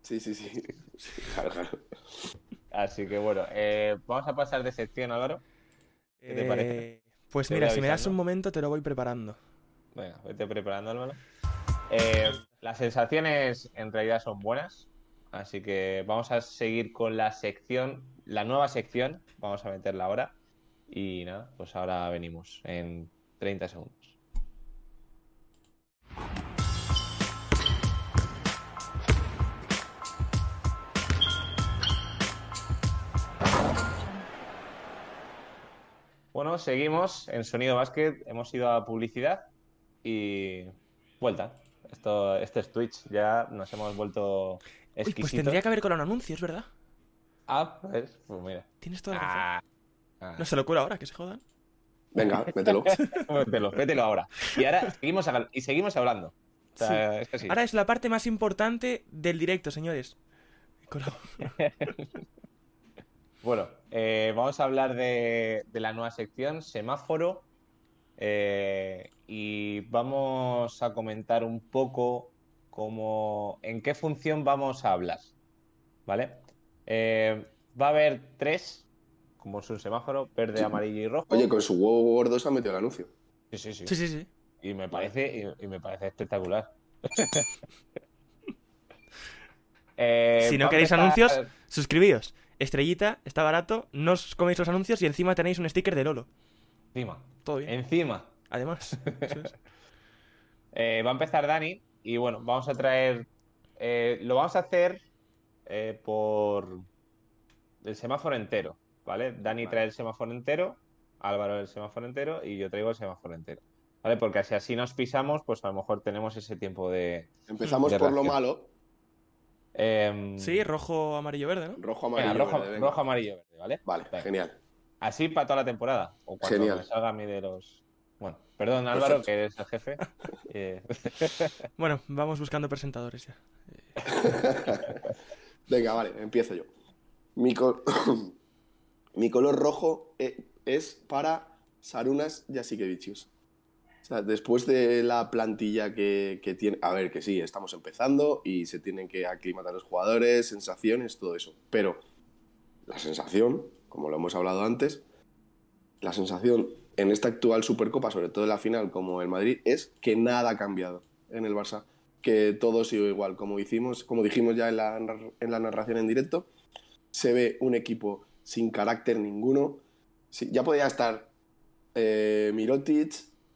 Sí, sí, sí. Claro, claro.
Bueno, así que bueno, eh, vamos a pasar de sección, Álvaro. ¿Qué te parece?
Eh, Pues
Te
mira,
voy
si me das
avisando.
un momento, te lo voy preparando.
Venga, vete preparando, Álvaro. Eh, las sensaciones en realidad son buenas, así que vamos a seguir con la sección, la nueva sección, vamos a meterla ahora. Y nada, pues ahora venimos en 30 segundos. Bueno, seguimos en Sonido Basket, hemos ido a publicidad y vuelta. Esto, este es Twitch, ya nos hemos vuelto
Uy, pues
exquisitos.
tendría que haber colado un anuncio, es verdad.
Ah, pues, pues mira.
Tienes toda la razón.
Ah,
No se lo cura ahora, que se jodan.
Venga, mételo.
Mételo, mételo ahora. Y ahora seguimos, hagan- y seguimos hablando. O sea, es que sí.
Ahora es la parte más importante del directo, señores. Colado.
Bueno, eh, vamos a hablar de, de la nueva sección, semáforo. eh, y vamos a comentar un poco cómo, en qué función vamos a hablar. ¿Vale? Eh, va a haber tres, como es un semáforo, verde,
Sí.
amarillo y rojo.
Oye, con su huevo gordo se ha metido el anuncio.
Sí, sí, sí.
Sí, sí, sí.
Y me parece, y, y me parece espectacular. Eh,
Si no
va a
queréis
empezar-
anuncios, Suscribíos. Estrellita, está barato, no os coméis los anuncios y encima tenéis un sticker de Lolo.
Encima.
Todo bien.
Encima.
Además. eso es.
Eh, va a empezar Dani y bueno, vamos a traer. eh, lo vamos a hacer eh, por el semáforo entero, ¿vale? Dani trae el semáforo entero, Álvaro el semáforo entero y yo traigo el semáforo entero. ¿Vale? Porque si así nos pisamos, pues a lo mejor tenemos ese tiempo de.
Empezamos
De
por lo
ración.
malo.
em,
Sí, rojo, amarillo, verde, ¿no?
Rojo,
venga,
amarillo.
rojo,
verde, venga.
rojo, amarillo, verde, ¿vale?
Vale,
Venga.
genial.
Así para toda la temporada. O cuando
Genial.
me salga a mí de los. Bueno, perdón, Álvaro,
Perfecto.
que eres el jefe. Eh,
Bueno, vamos buscando presentadores ya.
Venga, vale, empiezo yo. Mi, co- Mi color rojo e- es para Sarunas Yasikevichus. O sea, después de la plantilla que, que tiene... A ver, que sí, estamos empezando y se tienen que aclimatar los jugadores, sensaciones, todo eso. Pero la sensación, como lo hemos hablado antes, la sensación en esta actual Supercopa, sobre todo en la final como el Madrid, es que nada ha cambiado en el Barça que todo sigue igual. Como hicimos, como dijimos ya en la, nar- en la narración en directo, se ve un equipo sin carácter ninguno. Sí, ya podía estar eh, Mirotic,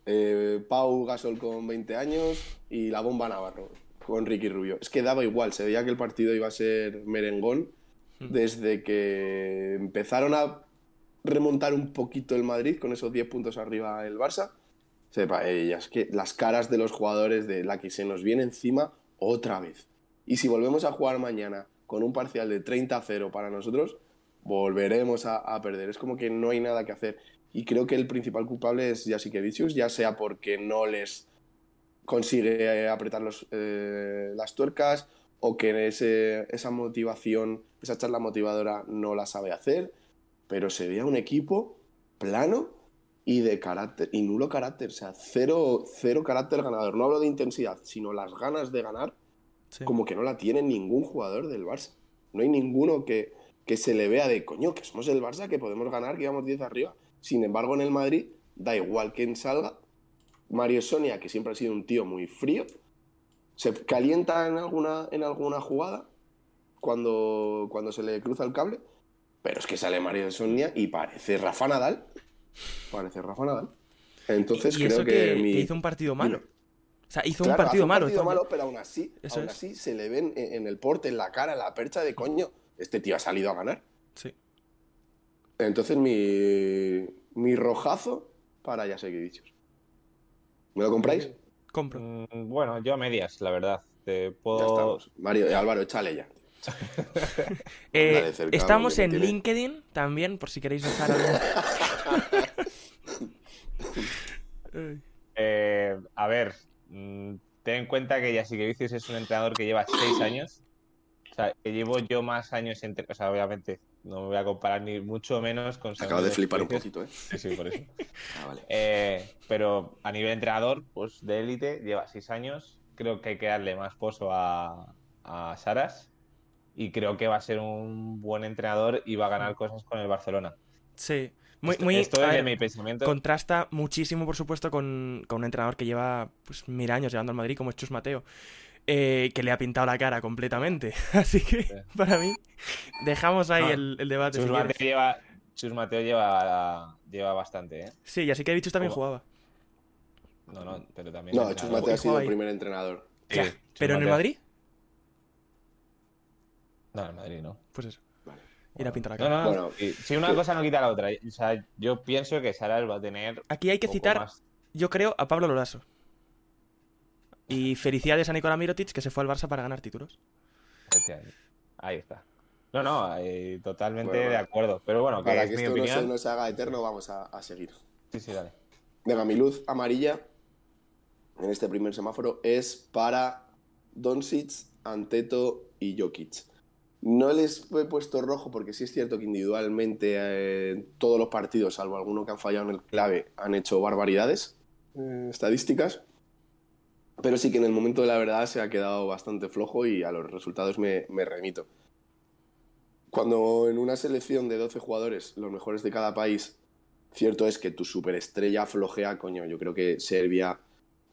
eh, Pau Gasol con 20 años y la bomba Navarro con Ricky Rubio. Es que daba igual, se veía que el partido iba a ser merengón
Mm.
desde que empezaron a remontar un poquito el Madrid con esos 10 puntos arriba el Barça. Sepa, ellas eh, que las caras de los jugadores de la que se nos viene encima otra vez. Y si volvemos a jugar mañana con un parcial de 30-0 para nosotros, volveremos a, a perder. Es como que no hay nada que hacer. Y creo que el principal culpable es Jasikevicius, ya sea porque no les consigue eh, apretar los, eh, las tuercas o que ese- esa motivación, esa charla motivadora no la sabe hacer, pero se veía un equipo plano y de carácter, y nulo carácter, o sea, cero, cero carácter ganador. No hablo de intensidad, sino las ganas de ganar
Sí.
como que no la tiene ningún jugador del Barça. No hay ninguno que, que se le vea de coño, que somos el Barça, que podemos ganar, que íbamos 10 arriba. Sin embargo, en el Madrid, da igual quién salga. Mario Sonia, que siempre ha sido un tío muy frío, se calienta en alguna, en alguna jugada cuando, cuando se le cruza el cable. Pero es que sale Mario Sonia y parece Rafa Nadal. Parece Rafa Nadal. Entonces
y y
creo
eso que,
mi-
que hizo un partido malo.
Dilo.
O sea, hizo
Claro,
un partido
hace
malo.
partido
estaba-
malo, pero aún así,
Eso
aún
es.
así se le ven en, en el porte, en la cara, en la percha de coño, este tío ha salido a ganar.
Sí.
Entonces mi, mi rojazo para ya sé qué dichos. ¿Me lo compráis?
Compro.
mm, bueno, yo a medias, la verdad. Te
Ya
puedo.
estamos. Mario, eh, Álvaro, échale ya.
Eh,
Dale, cerca,
estamos
hombre,
en
que tiene-
LinkedIn también, por si queréis dejar algo. Ay.
Eh, a ver, mm, ten en cuenta que Yasikevicius es un entrenador que lleva seis años. O sea, que llevo yo más años entre. O sea, obviamente no me voy a comparar ni mucho menos con.
Acabo de
Samuel
flipar un
Yasikevicius.
poquito, ¿eh?
Sí, sí, por eso.
Ah, vale.
Eh, pero a nivel entrenador, pues de élite, lleva seis años. Creo que hay que darle más pozo a, a Saras. Y creo que va a ser un buen entrenador y va a ganar cosas con el Barcelona.
Sí. Muy,
Esto-
muy,
Esto
a
es de
ver,
mi pensamiento.
contrasta muchísimo, por supuesto, con, con un entrenador que lleva pues, mil años llevando al Madrid, como es Chus Mateo, eh, que le ha pintado la cara completamente. Así que, para mí, dejamos ahí
No,
el, el debate.
Ah, Chus
si
Mateo,
quieres.
lleva, Chus Mateo lleva, lleva bastante, ¿eh?
Sí, y así que Bichus también
Ojo.
jugaba.
No, no, pero también.
No,
entrenador.
Chus Mateo ha
Ojo
sido
ahí.
el primer entrenador.
Sí,
Ya,
Chus
¿Pero en el
Mateo.
Madrid?
No, en Madrid no.
Pues eso.
Vale.
Y le ha pintado la
No,
cara.
no, no.
Bueno,
Sí, sí, una
sí.
cosa no quita la otra. O sea, yo pienso que Saras va a tener.
Aquí hay que citar, yo creo, a Pablo Lolaso. Y felicidades a Nikola Mirotic, que se fue al Barça para ganar títulos.
este Ahí está. No, no, eh, totalmente
Bueno,
de
vale.
acuerdo. Pero bueno, que
Para
es
que
mi
esto no
opinión.
se, no se haga eterno, vamos a, a seguir.
Sí, sí, dale.
Venga, mi luz amarilla en este primer semáforo es para Doncic, Anteto y Jokic. No les he puesto rojo porque sí es cierto que individualmente eh, todos los partidos, salvo alguno que han fallado en el clave, han hecho barbaridades eh, estadísticas. Pero sí que en el momento de la verdad se ha quedado bastante flojo y a los resultados me, me remito. Cuando en una selección de 12 jugadores, los mejores de cada país, cierto es que tu superestrella flojea, coño, yo creo que Serbia,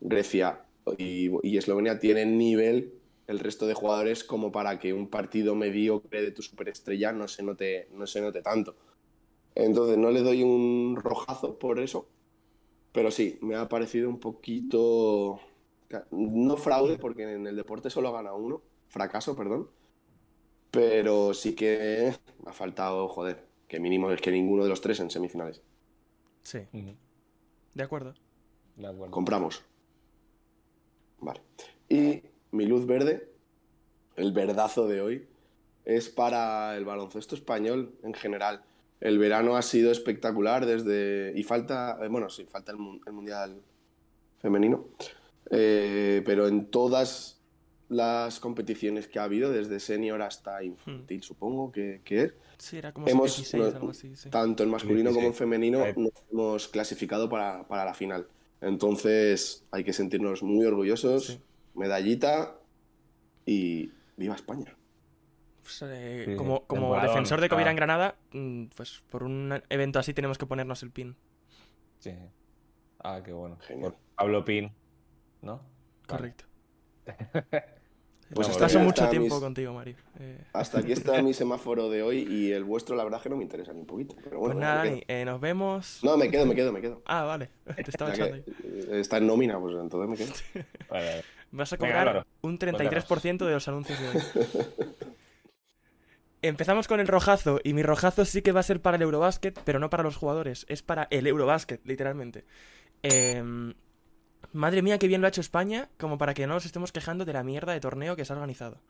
Grecia y, y Eslovenia tienen nivel el resto de jugadores como para que un partido mediocre de tu superestrella no se note, no se note tanto. Entonces no le doy un rojazo por eso, pero sí, me ha parecido un poquito... No fraude, porque en el deporte solo gana uno, fracaso, perdón, pero sí que me ha faltado, joder, Que mínimo es que ninguno de los tres en semifinales.
Sí,
Ujú,
de acuerdo.
de acuerdo.
Compramos. Vale. Y mi luz verde, el verdazo de hoy, es para el baloncesto español en general. El verano ha sido espectacular desde... Y falta, eh, bueno, sí, falta el, mun- el Mundial femenino. Eh, pero en todas las competiciones que ha habido, desde senior hasta
Hmm.
infantil, supongo que, que es,
Sí, era como
Hemos-
16, algo así, sí. Eh.
tanto en masculino como en
Sí.
femenino,
Ahí.
nos hemos clasificado para, para la final. Entonces hay que sentirnos muy orgullosos,
Sí.
medallita y viva España.
Pues, eh,
Sí,
como como
temporadón,
defensor de
está.
Covirán Granada, mm, pues por un evento así tenemos que ponernos el pin.
Sí. Ah, qué bueno.
Genial.
Por Pablo Pin, ¿no?
Correcto.
Pues
Pues
hasta
paso
aquí
mucho
está
tiempo
mis-
contigo, Mario. Eh,
Hasta aquí está mi semáforo de hoy y el vuestro la verdad que no me interesa ni un poquito. Pero
pues
bueno,
nada,
me
Dani,
quedo.
eh, nos vemos.
No, me quedo, me quedo, me quedo.
Ah, vale. Te estaba
Ya
echando ahí.
que, eh, está en nómina, pues entonces me quedo.
Vale, vale.
Vas a
Venga,
cobrar
Álvaro,
un 33% de los anuncios de hoy. Empezamos con el rojazo, y mi rojazo sí que va a ser para el Eurobasket, pero no para los jugadores, es para el Eurobasket, literalmente. Em, madre mía, qué bien lo ha hecho España, como para que no nos estemos quejando de la mierda de torneo que se ha organizado.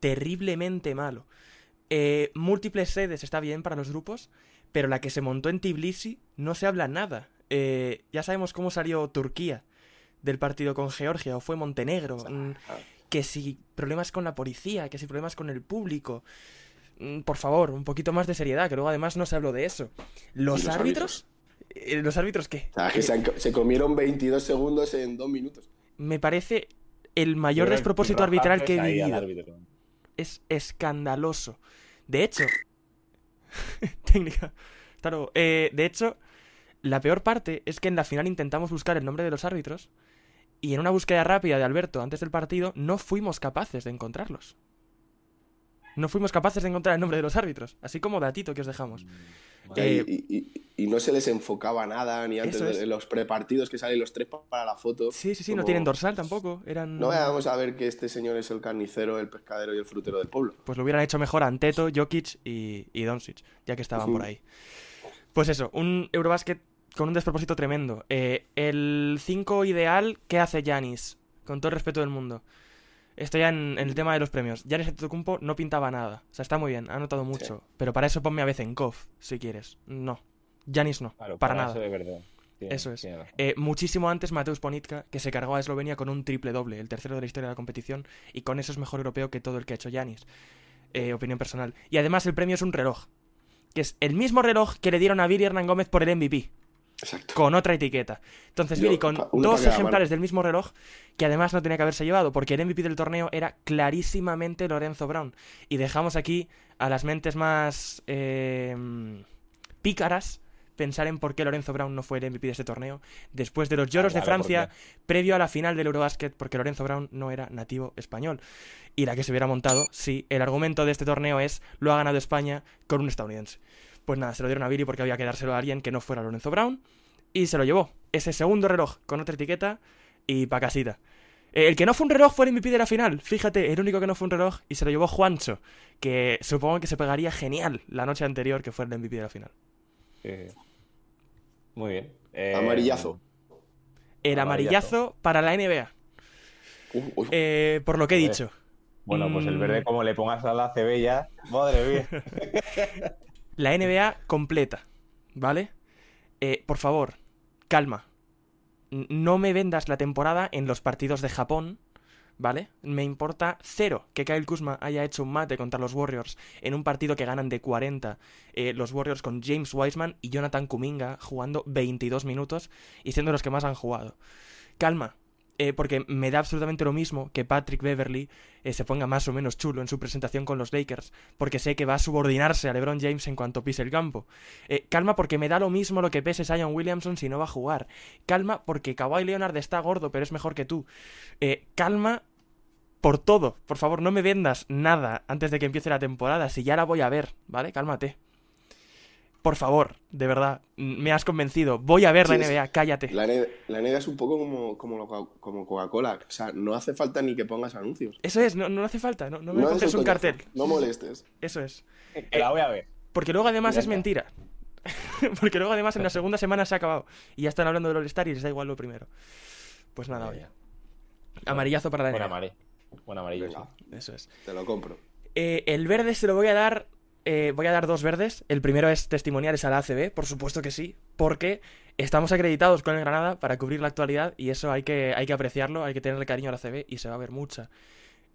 Terriblemente malo. Eh, múltiples sedes está bien para los grupos, pero la que se montó en Tbilisi no se habla nada. Eh, ya sabemos cómo salió Turquía del partido con Georgia, o fue Montenegro. mm, que si problemas con la policía, que si problemas con el público. Mm, Por favor, un poquito más de seriedad, que luego además no se habló de eso. ¿Los,
¿Y los
árbitros? Eh, ¿Los árbitros qué?
O sea, que se, han co- se comieron 22 segundos en dos minutos.
Me parece el mayor
Pero el
despropósito arbitral
rojazo
que
es
he
ahí al
vivido.
árbitro.
Es escandaloso. De hecho, técnica. Hasta luego. Eh, de hecho, la peor parte es que en la final intentamos buscar el nombre de los árbitros y en una búsqueda rápida de Alberto antes del partido no fuimos capaces de encontrarlos. No fuimos capaces de encontrar el nombre de los árbitros, así como datito que os dejamos.
O sea,
Eh,
y-
Eh,
y, y- y no se les enfocaba nada, ni antes
Eso
de
es.
de los prepartidos que salen los tres pa- para la foto.
Sí, sí, sí, no
como-
tienen dorsal tampoco. Eran...
No vamos a ver que este señor es el carnicero, el pescadero y el frutero del pueblo.
pues lo hubieran hecho mejor Anteto, Jokic y, y Doncic, ya que estaban por ahí. Pues eso, un Eurobasket con un despropósito tremendo. Eh, el 5 ideal, ¿qué hace Yanis? Con todo el respeto del mundo. Estoy ya en, en el tema de los premios. Yanis Antetokounmpo no pintaba nada. O sea, está muy bien, ha anotado mucho. Pero para eso ponme a Bezenkov, si quieres. No. Yanis no,
Claro,
para,
para
nada.
eso de verdad. Tiene-
Eso es.
tiene razón.
Eh, muchísimo antes Mateusz Ponitka, que se cargó a Eslovenia con un triple doble, el tercero de la historia de la competición, y con eso es mejor europeo que todo el que ha hecho Yanis. Eh, opinión personal. Y además el premio es un reloj, que es el mismo reloj que le dieron a Viri Hernán Gómez por el MVP,
Exacto.
con otra etiqueta. Entonces
Yo,
Viri con
pa- uno pa'
dos
cada
ejemplares del mismo reloj, que además no tenía que haberse llevado, porque el MVP del torneo era clarísimamente Lorenzo Brown. Y dejamos aquí a las mentes más eh, pícaras pensar en por qué Lorenzo Brown no fue el MVP de este torneo, después de los lloros
Ah,
de
claro,
Francia, previo a la final del Eurobasket, porque Lorenzo Brown no era nativo español. Y la que se hubiera montado, sí, el argumento de este torneo es lo ha ganado España con un estadounidense. Pues nada, se lo dieron a Billy porque había que dárselo a alguien que no fuera Lorenzo Brown, y se lo llevó. Ese segundo reloj con otra etiqueta y pa' casita. Eh, El que no fue un reloj fue el MVP de la final. Fíjate, el único que no fue un reloj y se lo llevó Juancho, que supongo que se pegaría genial la noche anterior que fue el MVP de la final.
Sí, sí. Muy bien. Eh,
Amarillazo.
El
Amarillazo.
amarillazo para la NBA.
Uy, uy,
Eh, por lo que he
Joder.
dicho.
Bueno, pues el verde,
Mm.
como le pongas a la cebella, madre mía.
La NBA completa, ¿vale? Eh, por favor, calma. N- No me vendas la temporada en los partidos de Japón, ¿vale? Me importa cero que Kyle Kuzma haya hecho un mate contra los Warriors en un partido que ganan de 40. eh, los Warriors con James Wiseman y Jonathan Kuminga jugando 22 minutos y siendo los que más han jugado. Calma. eh, porque me da absolutamente lo mismo que Patrick Beverly eh, se ponga más o menos chulo en su presentación con los Lakers porque sé que va a subordinarse a LeBron James en cuanto pise el campo. Eh, calma porque me da lo mismo lo que pese Zion Williamson si no va a jugar. Calma porque Kawhi Leonard está gordo pero es mejor que tú. Eh, calma por todo. Por favor, no me vendas nada antes de que empiece la temporada, si ya la voy a ver, ¿vale? Cálmate. Por favor, de verdad, m- me has convencido. Voy a ver la
Sí, es-
NBA, cállate.
la, ne- la negra es un poco como, como, lo co- como Coca-Cola. O sea, no hace falta ni que pongas anuncios.
Eso es, no, no hace falta, no, no me
No
compres
haces
un
coñazo,
cartel.
No molestes.
Eso es.
Que la voy a ver.
Porque luego además
Ya
es
está.
mentira. Porque luego además en la segunda semana se ha acabado. Y ya están hablando del All-Star y les da igual lo primero. Pues nada, oye. Amarillazo para la
Buen
NBA.
amarillo. Buen amarillo,
Venga,
sí.
Eso es.
te lo compro.
Eh, el verde se lo voy a dar. eh, voy a dar dos verdes. El primero es testimoniales a la ACB, por supuesto que sí, porque estamos acreditados con el Granada para cubrir la actualidad y eso hay que, hay que apreciarlo, hay que tenerle cariño a la ACB y se va a ver mucha.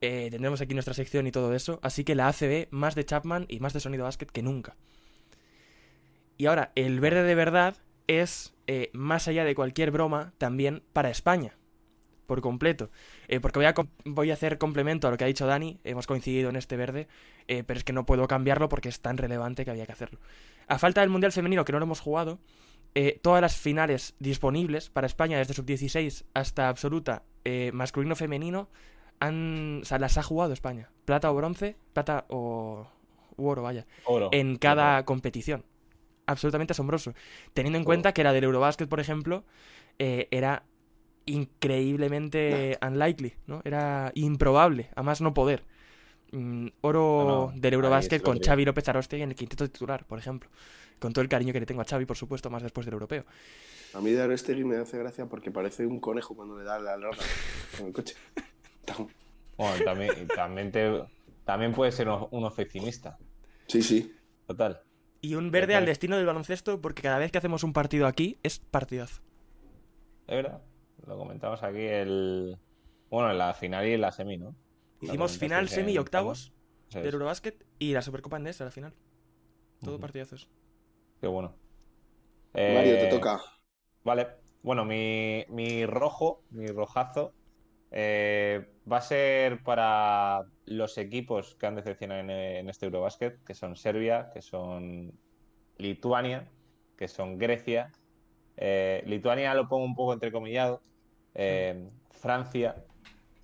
Eh, tendremos aquí nuestra sección y todo eso, así que la ACB más de Chapman y más de Sonido Basket que nunca. Y ahora, el verde de verdad es, eh, más allá de cualquier broma, también para España, por completo. Eh, porque voy a, com- voy a hacer complemento a lo que ha dicho Dani, hemos coincidido en este verde, eh, pero es que no puedo cambiarlo porque es tan relevante que había que hacerlo. A falta del Mundial Femenino, que no lo hemos jugado, eh, todas las finales disponibles para España, desde sub-16 hasta absoluta, eh, masculino-femenino, han, o sea, las ha jugado España. Plata o bronce, plata o u oro, vaya
Oro.
en cada competición. Absolutamente asombroso.
Oh.
Teniendo en cuenta que la del Eurobasket, por ejemplo, eh, era increíblemente unlikely, ¿no? Era improbable, a más no poder. Mm, oro
No, no,
del
ahí
Eurobasket
es lo
con
que-
Xavi López Aroste en el quinteto titular, por ejemplo. Con todo el cariño que le tengo a Xavi, por supuesto, más después del europeo.
A mí de Arestegui me hace gracia porque parece un conejo cuando le da la lona con el coche. Tam.
Bueno, también, también, te- también puede ser un un oficinista.
Sí, sí.
Total.
Y un verde
Total.
al destino del baloncesto, porque cada vez que hacemos un partido aquí, es partidazo.
Es verdad. Lo comentamos aquí el. Bueno, en la final y en la semi, ¿no? La
Hicimos
comentasteis
final, semi y
en-
octavos
Eso eh, es.
del Eurobasket y la Supercopa Endesa, la final. Todo
Ujú.
partidazos.
Qué bueno.
Mario, te
Eh,
toca.
Vale. Bueno, mi, mi rojo, mi rojazo, eh, va a ser para los equipos que han decepcionado en, en este Eurobasket, que son Serbia, que son Lituania, que son Grecia. Eh, Lituania lo pongo un poco entrecomillado. Eh, Francia.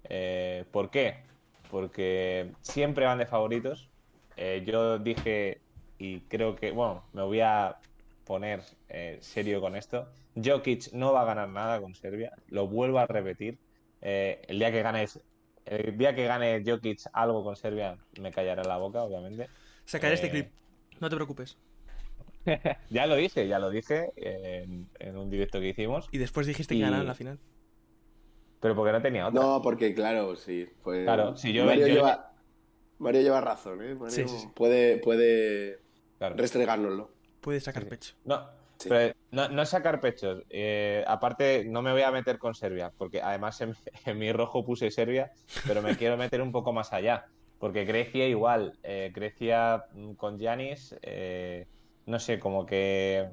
Eh, ¿Por qué? Porque siempre van de favoritos. Eh, yo dije, y creo que, bueno, me voy a poner eh, serio con esto. Jokic no va a ganar nada con Serbia, lo vuelvo a repetir. Eh, el día que gane el día que gane Jokic algo con Serbia, me callará la boca, obviamente.
Sacaré este
Eh,
clip. No te preocupes.
Ya lo dije, ya lo dije eh, en, en un directo que hicimos,
Y después dijiste que
y-
ganaron la final.
pero porque no tenía otra.
No, porque claro, sí. fue-
Claro, sí, yo-
Mario,
yo-
lleva... Mario lleva razón, ¿eh? Mario
Sí, sí, sí.
Puede, puede
Claro.
restregárnoslo.
Puedes sacar
Sí, sí.
pecho.
No,
Sí.
pero no, no sacar pechos. Eh, aparte, no me voy a meter con Serbia, porque además en, en mi rojo puse Serbia, pero me quiero meter un poco más allá. Porque Grecia igual, eh, Grecia mm, con Yanis, no sé, como que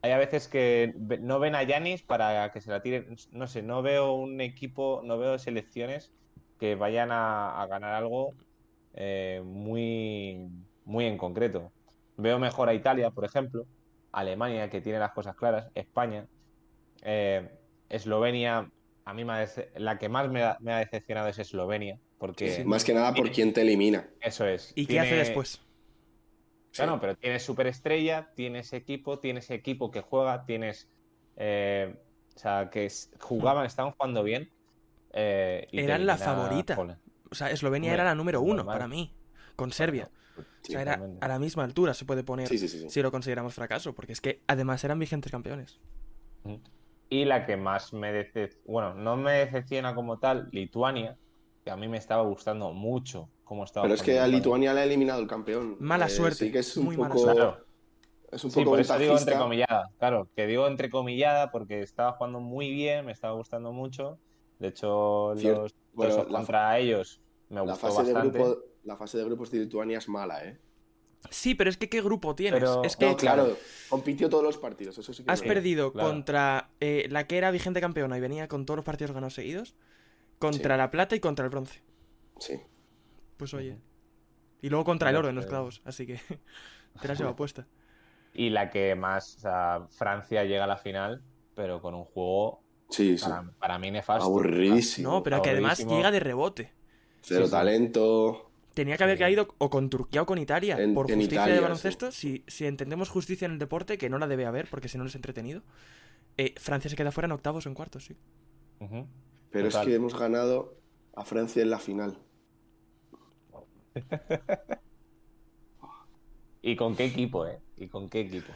hay a veces que ve- no ven a Yanis para que se la tiren. No sé, no veo un equipo, no veo selecciones que vayan a, a ganar algo eh, muy, muy en concreto. Veo mejor a Italia, por ejemplo, Alemania, que tiene las cosas claras, España, eh, Eslovenia, a mí me ha dece- la que más me ha, me ha decepcionado es Eslovenia, porque
Sí, sí.
Más que nada por quién te elimina.
eso es.
¿Y qué
tiene-
hace después?
Claro, pero tienes superestrella, tienes equipo, tienes equipo que juega, tienes. eh, o sea, que es- jugaban, estaban jugando bien. eh, y te
Eran la
elimina
favorita.
Polen.
O sea, Eslovenia
hombre,
era la número uno
normal.
para mí. Con Serbia. O sea, era
totalmente.
a la misma altura se puede poner
Sí, sí, sí. sí.
si lo consideramos fracaso. Porque es que además eran vigentes campeones.
Y la que más me decepciona, bueno, no me decepciona como tal, Lituania, que a mí me estaba gustando mucho cómo estaba.
Pero es que a
jugando Lituania.
Lituania le ha eliminado el campeón. Eh,
Mala suerte,
Sí que es un
muy mala
poco,
suerte.
es un
Sí,
poco
por eso digo
ventajista.
entrecomillada, claro, que digo entrecomillada porque estaba jugando muy bien, me estaba gustando mucho. De hecho,
Cierto.
los
Bueno,
dos
la-
contra ellos me
la,
gustó
fase de
bastante.
grupo, la fase de grupos de Lituania es mala, ¿eh?
Sí, pero es que ¿qué grupo tienes?
Pero-
Es que
No, claro, compitió todos los partidos, eso sí que es
has
verdad.
perdido
claro.
contra eh, la que era vigente campeona y venía con todos los partidos ganados seguidos. Contra
Sí.
la plata y contra el bronce.
Sí.
Pues oye. Y luego contra el
Ya
oro en los
sé.
clavos. Así que te la has llevado puesta.
Y la que más, o sea, Francia llega a la final, pero con un juego
Sí, sí.
para, para mí nefasto.
Aburridísimo.
No, pero que además
aburridísimo.
llega de rebote.
Cero
Sí, sí.
talento.
Tenía que haber
Sí.
caído o con Turquía o con Italia.
En-
por
en
justicia
Italia,
de
sí.
baloncesto, si, si entendemos justicia en el deporte, que no la debe haber, porque si no, no es entretenido. eh, Francia se queda fuera en octavos o en cuartos, sí.
Ujú.
Pero
Total.
es que hemos ganado a Francia en la final.
¿Y con qué equipo, eh? ¿Y con qué equipo?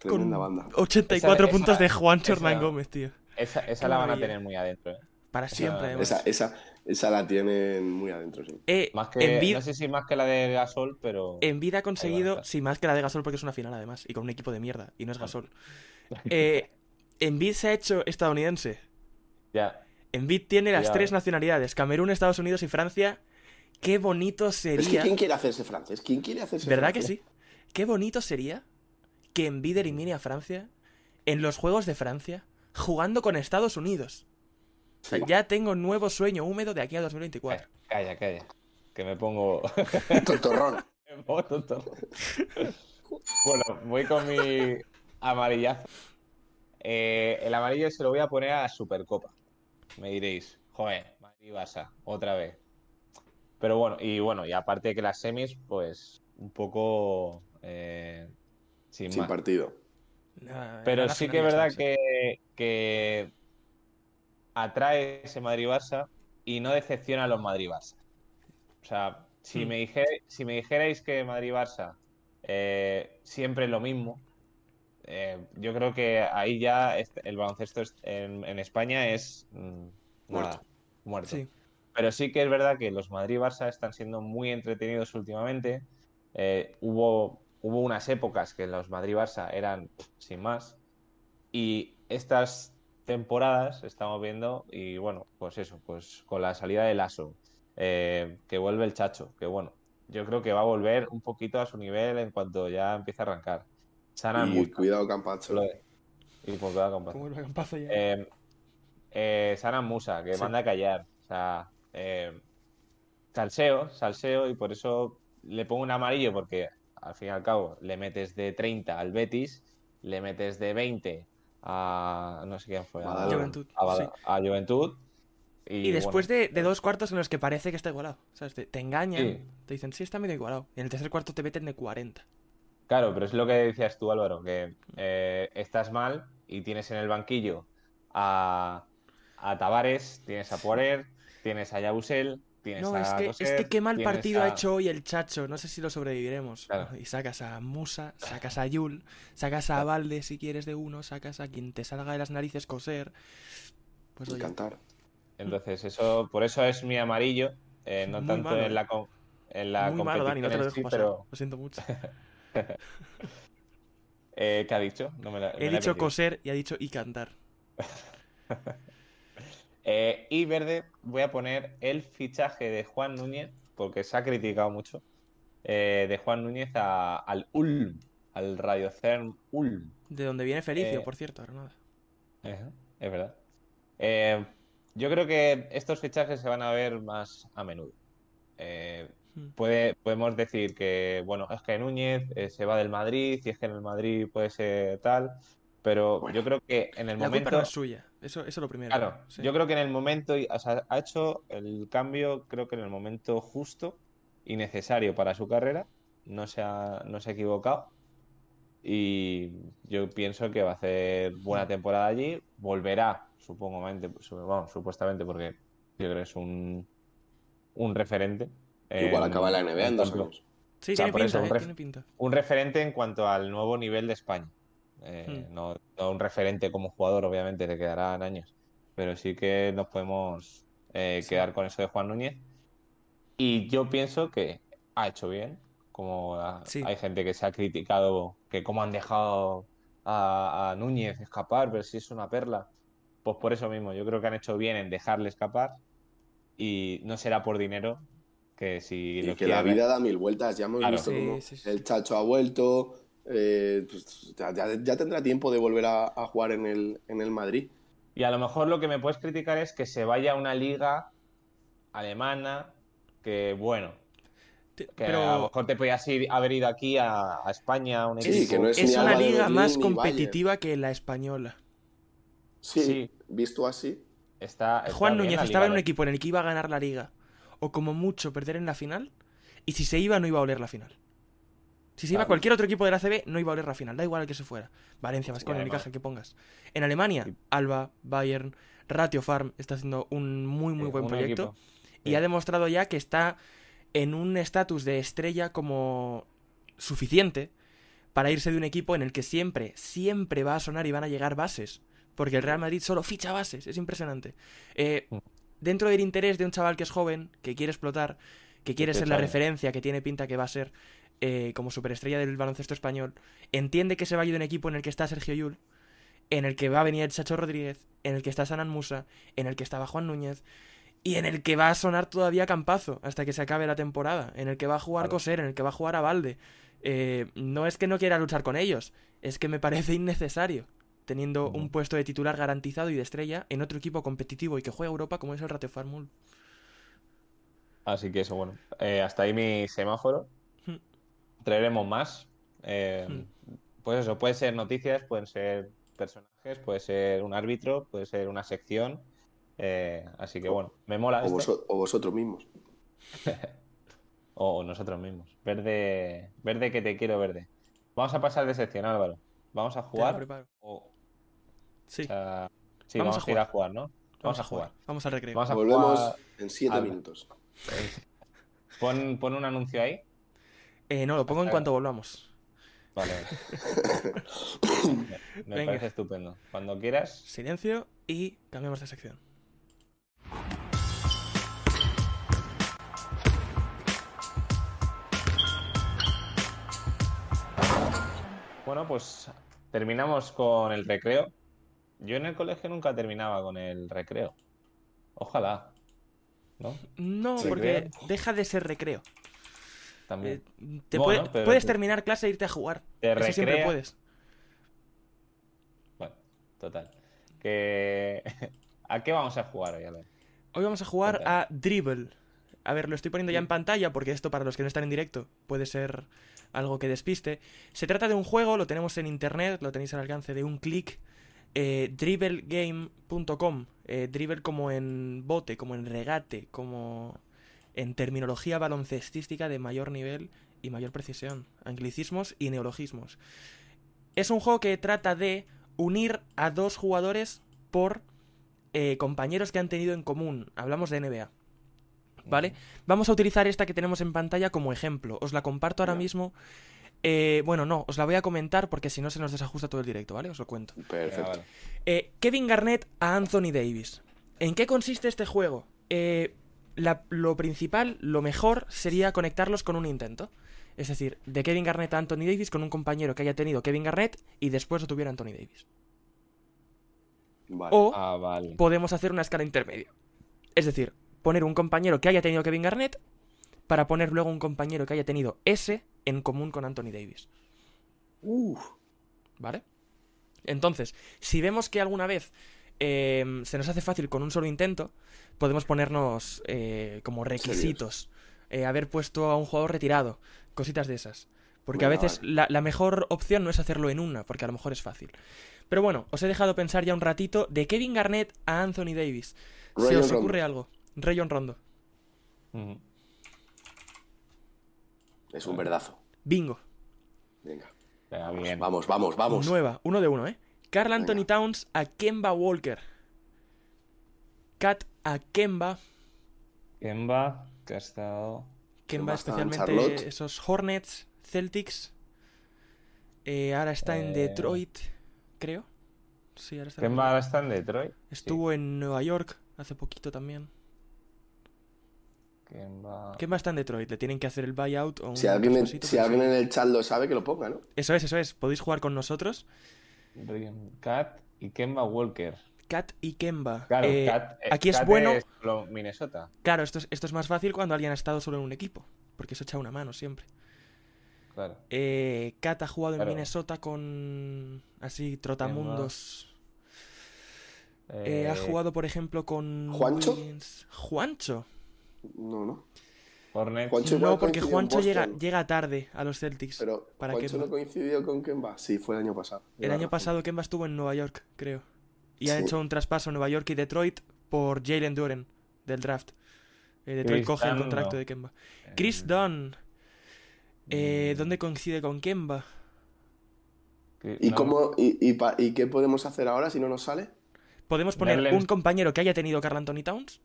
Tremenda
Con
banda.
84
Esa-
puntos
esa-
de Juan
esa-
Hernán Gómez, tío.
Esa, esa
Qué
la van a
maravilla.
tener muy adentro, eh.
Para
esa-
siempre, además.
Esa, esa, esa la tienen muy adentro, sí.
Eh,
Más que,
Embiid-
No sé si más que la de Gasol, pero.
Embiid ha
Ahí
conseguido,
va,
sí, más que la de Gasol porque es una final además, y con un equipo de mierda, y no es Gasol. Eh, Embiid se ha hecho estadounidense.
Ya.
Embiid tiene las
Cuidado.
tres nacionalidades, Camerún, Estados Unidos y Francia. Qué bonito sería,
Es que ¿quién quiere hacerse francés? ¿Quién quiere hacerse
¿verdad que
francés?
sí? Qué bonito sería que Embiid
Mm.
elimine a Francia en los Juegos de Francia jugando con Estados Unidos. O sea,
Sí.
ya tengo un nuevo sueño húmedo de aquí a 2024.
Calla, calla. Que me pongo.
Tontorrón.
me pongo tonto. bueno, voy con mi amarillazo. Eh, el amarillo se lo voy a poner a la Supercopa. Me diréis, joder, Madrid Barça, otra vez. Pero bueno, y bueno, y aparte de que las semis, pues un poco eh, sin,
Sin
más.
partido.
Nada,
Eh, Pero
la
sí
nacionalidad
que es verdad
francesa.
que, que atrae ese Madrid-Barça y no decepciona a los Madrid-Barça. O sea, si,
Hmm.
me, dije- si me dijerais que Madrid-Barça eh, siempre es lo mismo, eh, yo creo que ahí ya est- el baloncesto est- en, en España es mm,
Muerto.
nada, muerto.
Sí.
Pero sí que es verdad que los Madrid-Barça están siendo muy entretenidos últimamente. Eh, hubo, hubo unas épocas que los Madrid-Barça eran pff, sin más. Y estas temporadas estamos viendo, y bueno, pues eso, pues con la salida del ASO, eh, que vuelve el Chacho, que bueno, yo creo que va a volver un poquito a su nivel en cuanto ya empiece a arrancar. Sanan
Y
mucho.
cuidado, Campacho.
lo de- Y por cada compasión.
Como el Gampazo ya.
Eh, eh, Sana Musa, que
Sí.
manda a callar. O sea, eh, salseo, salseo, y por eso le pongo un amarillo, porque al fin y al cabo le metes de 30 al Betis, le metes de 20 a. No sé quién fue. A,
Badalona.
Juventud,
a Bada-
sí.
a Juventud. Y,
Y después
bueno,
de, de dos cuartos en los que parece que está igualado. ¿sabes? Te, te engañan,
Sí.
te dicen, sí, está medio igualado. Y en el tercer cuarto te meten de 40.
Claro, pero es lo que decías tú, Álvaro, que eh, estás mal y tienes en el banquillo a, a Tavares, tienes a Porer, tienes a Yabusel, tienes
No,
a.
es que, es que
Coser,
qué mal
tienes
partido ha
a-
hecho hoy el Chacho. No sé si lo sobreviviremos.
Claro.
Y sacas a Musa, sacas a Yul, sacas a Valde si quieres de uno, sacas a quien te salga de las narices coser. Pues
Y
oye,
cantar.
Entonces, eso, por eso es mi amarillo, eh, no
Muy
tanto
malo,
en
eh.
la, com- en la
muy malo, Dani, no te
competición
lo
en
dejo
sí,
pasar.
pero
Lo siento mucho.
eh, ¿qué ha dicho? No me la- me
He
la
dicho
perdido.
coser y ha dicho y cantar.
Eh, y verde, voy a poner el fichaje de Juan Núñez, porque se ha criticado mucho, eh, de Juan Núñez a- al Ulm, al Radiocern Ulm.
De donde viene
Eh,
Felicio, por cierto, Granada.
Ajá, es verdad. Eh, yo creo que estos fichajes se van a ver más a menudo. Eh,
Mm.
puede- podemos decir que, bueno, es que Núñez eh, se va del Madrid, y es que en el Madrid puede ser tal, pero
Bueno.
yo creo que en el
La culpa
momento...
no es suya. Eso, eso es lo primero.
Claro,
Sí.
yo creo que en el momento, o sea, ha hecho el cambio, creo que en el momento justo y necesario para su carrera, no se ha, no se ha equivocado y yo pienso que va a hacer buena
Mm.
temporada allí, volverá, supongamente, su- vamos, supuestamente, porque yo creo que es un, un referente.
Igual
en-
acaba en la NBA en dos
cuanto-
años.
Sí,
o sea,
tiene
por eso,
pinta,
un
eh,
ref-
tiene pinta.
un referente en cuanto al nuevo nivel de España. Eh,
Hmm.
no, no un referente como jugador, obviamente, le quedarán años. Pero sí que nos podemos eh,
Sí.
quedar con eso de Juan Núñez. Y yo pienso que ha hecho bien. Como ha-
Sí.
hay gente que se ha criticado que cómo han dejado a, a Núñez escapar, pero si es una perla. Pues por eso mismo, yo creo que han hecho bien en dejarle escapar. Y no será por dinero que si
Y
lo
que la
quiere-
vida da mil vueltas. Ya hemos
Claro.
visto
Sí,
cómo
sí, sí.
el Chacho ha vuelto. eh, pues, ya, ya- ya tendrá tiempo de volver a, a jugar en el, en el Madrid.
Y a lo mejor lo que me puedes criticar es que se vaya a una liga alemana, que bueno,
Te-
que
Pero...
a lo mejor te podías ir, haber ido aquí a, a España, a un
Sí,
equipo.
que no es
Es
ni
una
Alba de
liga
Berlín
más
ni
competitiva que la española.
Sí,
Sí.
visto así.
Está, está
Juan
bien
Núñez
la
estaba
liga ¿eh?
en un
de-
equipo en el que iba a ganar la liga. O como mucho perder en la final. Y si se iba, no iba a oler la final. Si se iba a
Claro.
cualquier otro equipo de la CB, no iba a oler la final. Da igual al que se fuera. Valencia, Vasconia,
además-
Unicaja, el que pongas. En Alemania,
Sí.
Alba, Bayern, Ratio Farm está haciendo un muy, muy
Sí,
buen
Eh, un
proyecto.
equipo.
Y
Sí.
ha demostrado ya que está en un estatus de estrella como suficiente para irse de un equipo en el que siempre, siempre va a sonar y van a llegar bases. Porque el Real Madrid solo ficha bases, es impresionante. Eh, dentro del interés de un chaval que es joven, que quiere explotar, que quiere ser la
Impensable.
referencia, que tiene pinta que va a ser eh, como superestrella del baloncesto español, entiende que se va a ir de un equipo en el que está Sergio Yul, en el que va a venir el Chacho Rodríguez, en el que está Sanan Musa, en el que estaba Juan Núñez, y en el que va a sonar todavía Campazo hasta que se acabe la temporada, en el que va a jugar
Claro.
Coser, en el que va a jugar Abalde. Eh, no es que no quiera luchar con ellos, es que me parece innecesario, teniendo
Ujú.
un puesto de titular garantizado y de estrella en otro equipo competitivo y que juega Europa como es el Rayo Farmul.
Así que eso, bueno. Eh, hasta ahí mi semáforo.
Hmm.
Traeremos más. Eh, Pues eso, puede ser noticias, pueden ser personajes, puede ser un árbitro, puede ser una sección. Eh, así que
O-
bueno, me mola.
O,
esto.
vosot- o vosotros mismos.
O, o nosotros mismos. Verde, verde que te quiero, verde. Vamos a pasar de sección, Álvaro. Vamos a jugar. o-
Sí,
o sea, sí,
Vamos
vamos,
a
a ir a jugar, ¿no?
vamos a jugar. Vamos al recreo.
Vamos a
Volvemos
jugar.
en siete
Habla.
minutos.
Pon, pon un anuncio ahí.
Eh, no, lo pongo en
Hasta-
cuanto volvamos.
Vale. Me- Me
Venga.
parece estupendo. Cuando quieras.
Silencio y cambiamos de sección.
Bueno, pues terminamos con el recreo. Yo en el colegio nunca terminaba con el recreo. Ojalá. ¿No?
No,
Sí,
porque deja de ser recreo. Eh,
También.
te
Bueno,
puede-
pero-
Puedes terminar clase e irte a jugar.
Te
Eso siempre
recrea-
puedes.
Bueno, total. Que... ¿A qué vamos a jugar hoy, Álvaro?
Hoy vamos a jugar
Cuéntame.
a Dribble. A ver, lo estoy poniendo ya en pantalla porque esto para los que no están en directo puede ser algo que despiste. Se trata de un juego, lo tenemos en internet, lo tenéis al alcance de un clic. Eh, dribblegame.com. Eh, dribble como en bote, como en regate, como en terminología baloncestística de mayor nivel y mayor precisión. Anglicismos y neologismos. Es un juego que trata de unir a dos jugadores por eh, compañeros que han tenido en común. Hablamos de NBA. ¿Vale? Vamos a utilizar esta que tenemos en pantalla como ejemplo. Os la comparto ahora
Ya.
mismo. Eh, bueno, no, os la voy a comentar porque si no se nos desajusta todo el directo, ¿vale? Os lo cuento.
Venga,
Perfecto.
vale.
Eh, Kevin Garnett a Anthony Davis. ¿En qué consiste este juego? Eh, la- lo principal, lo mejor, sería conectarlos con un intento. Es decir, de Kevin Garnett a Anthony Davis con un compañero que haya tenido Kevin Garnett y después lo tuviera Anthony Davis.
Vale.
O
Ah, vale.
podemos hacer una escala intermedia. Es decir, poner un compañero que haya tenido Kevin Garnett para poner luego un compañero que haya tenido ese en común con Anthony Davis.
Uf,
¿Vale? Entonces, si vemos que alguna vez eh, se nos hace fácil con un solo intento, podemos ponernos eh, como requisitos. Eh, haber puesto a un jugador retirado, cositas de esas. Porque a
Venga,
veces la, la mejor opción no es hacerlo en una, porque a lo mejor es fácil. Pero bueno, os he dejado pensar ya un ratito de Kevin Garnett a Anthony Davis. ¿Se
Rayon
os
Rondo.
ocurre algo? Rayon Rondo.
Ujú.
es un verdazo.
Bingo.
Venga.
Venga,
Vamos,
bien.
vamos, vamos. vamos.
Nueva, uno de uno, ¿eh? Carl Anthony
Venga.
Towns a Kemba Walker. Kat a Kemba.
Kemba, que ha estado.
Kemba
Kemba está en
especialmente
Charlotte.
esos Hornets, Celtics. Eh, ahora está en
Eh.
Detroit, creo. Sí, ahora está en
Kemba
Detroit.
ahora está en Detroit.
Estuvo en Nueva York hace poquito también.
Kemba.
Kemba está en Detroit, le tienen que hacer el buyout o un
Si alguien, en-
traspaso,
si
pero
alguien
sí.
en el chat lo sabe, que lo ponga, ¿no?
Eso es, eso es. Podéis jugar con nosotros.
Ryan Cat y Kemba Walker.
Kat y Kemba.
Claro,
Eh,
Cat, eh,
aquí es
Cat
bueno.
lo- Minnesota,
Claro, esto es, esto es más fácil cuando alguien ha estado solo en un equipo. Porque eso echa una mano siempre.
claro.
Eh, Kat ha jugado
Claro.
en Minnesota con. Así, trotamundos.
Eh,
Eh, ha jugado, por ejemplo, con.
¿Juancho?
Wiggins. ¿Juancho?
No, no.
Hornets.
Juancho igual
No, porque
coincidió en
Juancho llega,
Boston,
llega tarde a los Celtics.
Pero
para
Juancho
Kemba.
no coincidió con Kemba. Sí, fue el año pasado.
El año pasado Kemba estuvo en Nueva York, creo. Y ha
Sí.
hecho un traspaso a Nueva York y Detroit por Jalen Duren del draft. Eh, Detroit
Chris
coge el
Dunn,
contrato
no.
de Kemba.
Eh,
Chris Dunn. eh,
mm,
¿Dónde coincide con Kemba?
que-
¿Y,
no,
cómo, y, y pa- y qué podemos hacer ahora si no nos sale?
¿Podemos poner
Nerlens-
un compañero que haya tenido Carl Anthony Towns?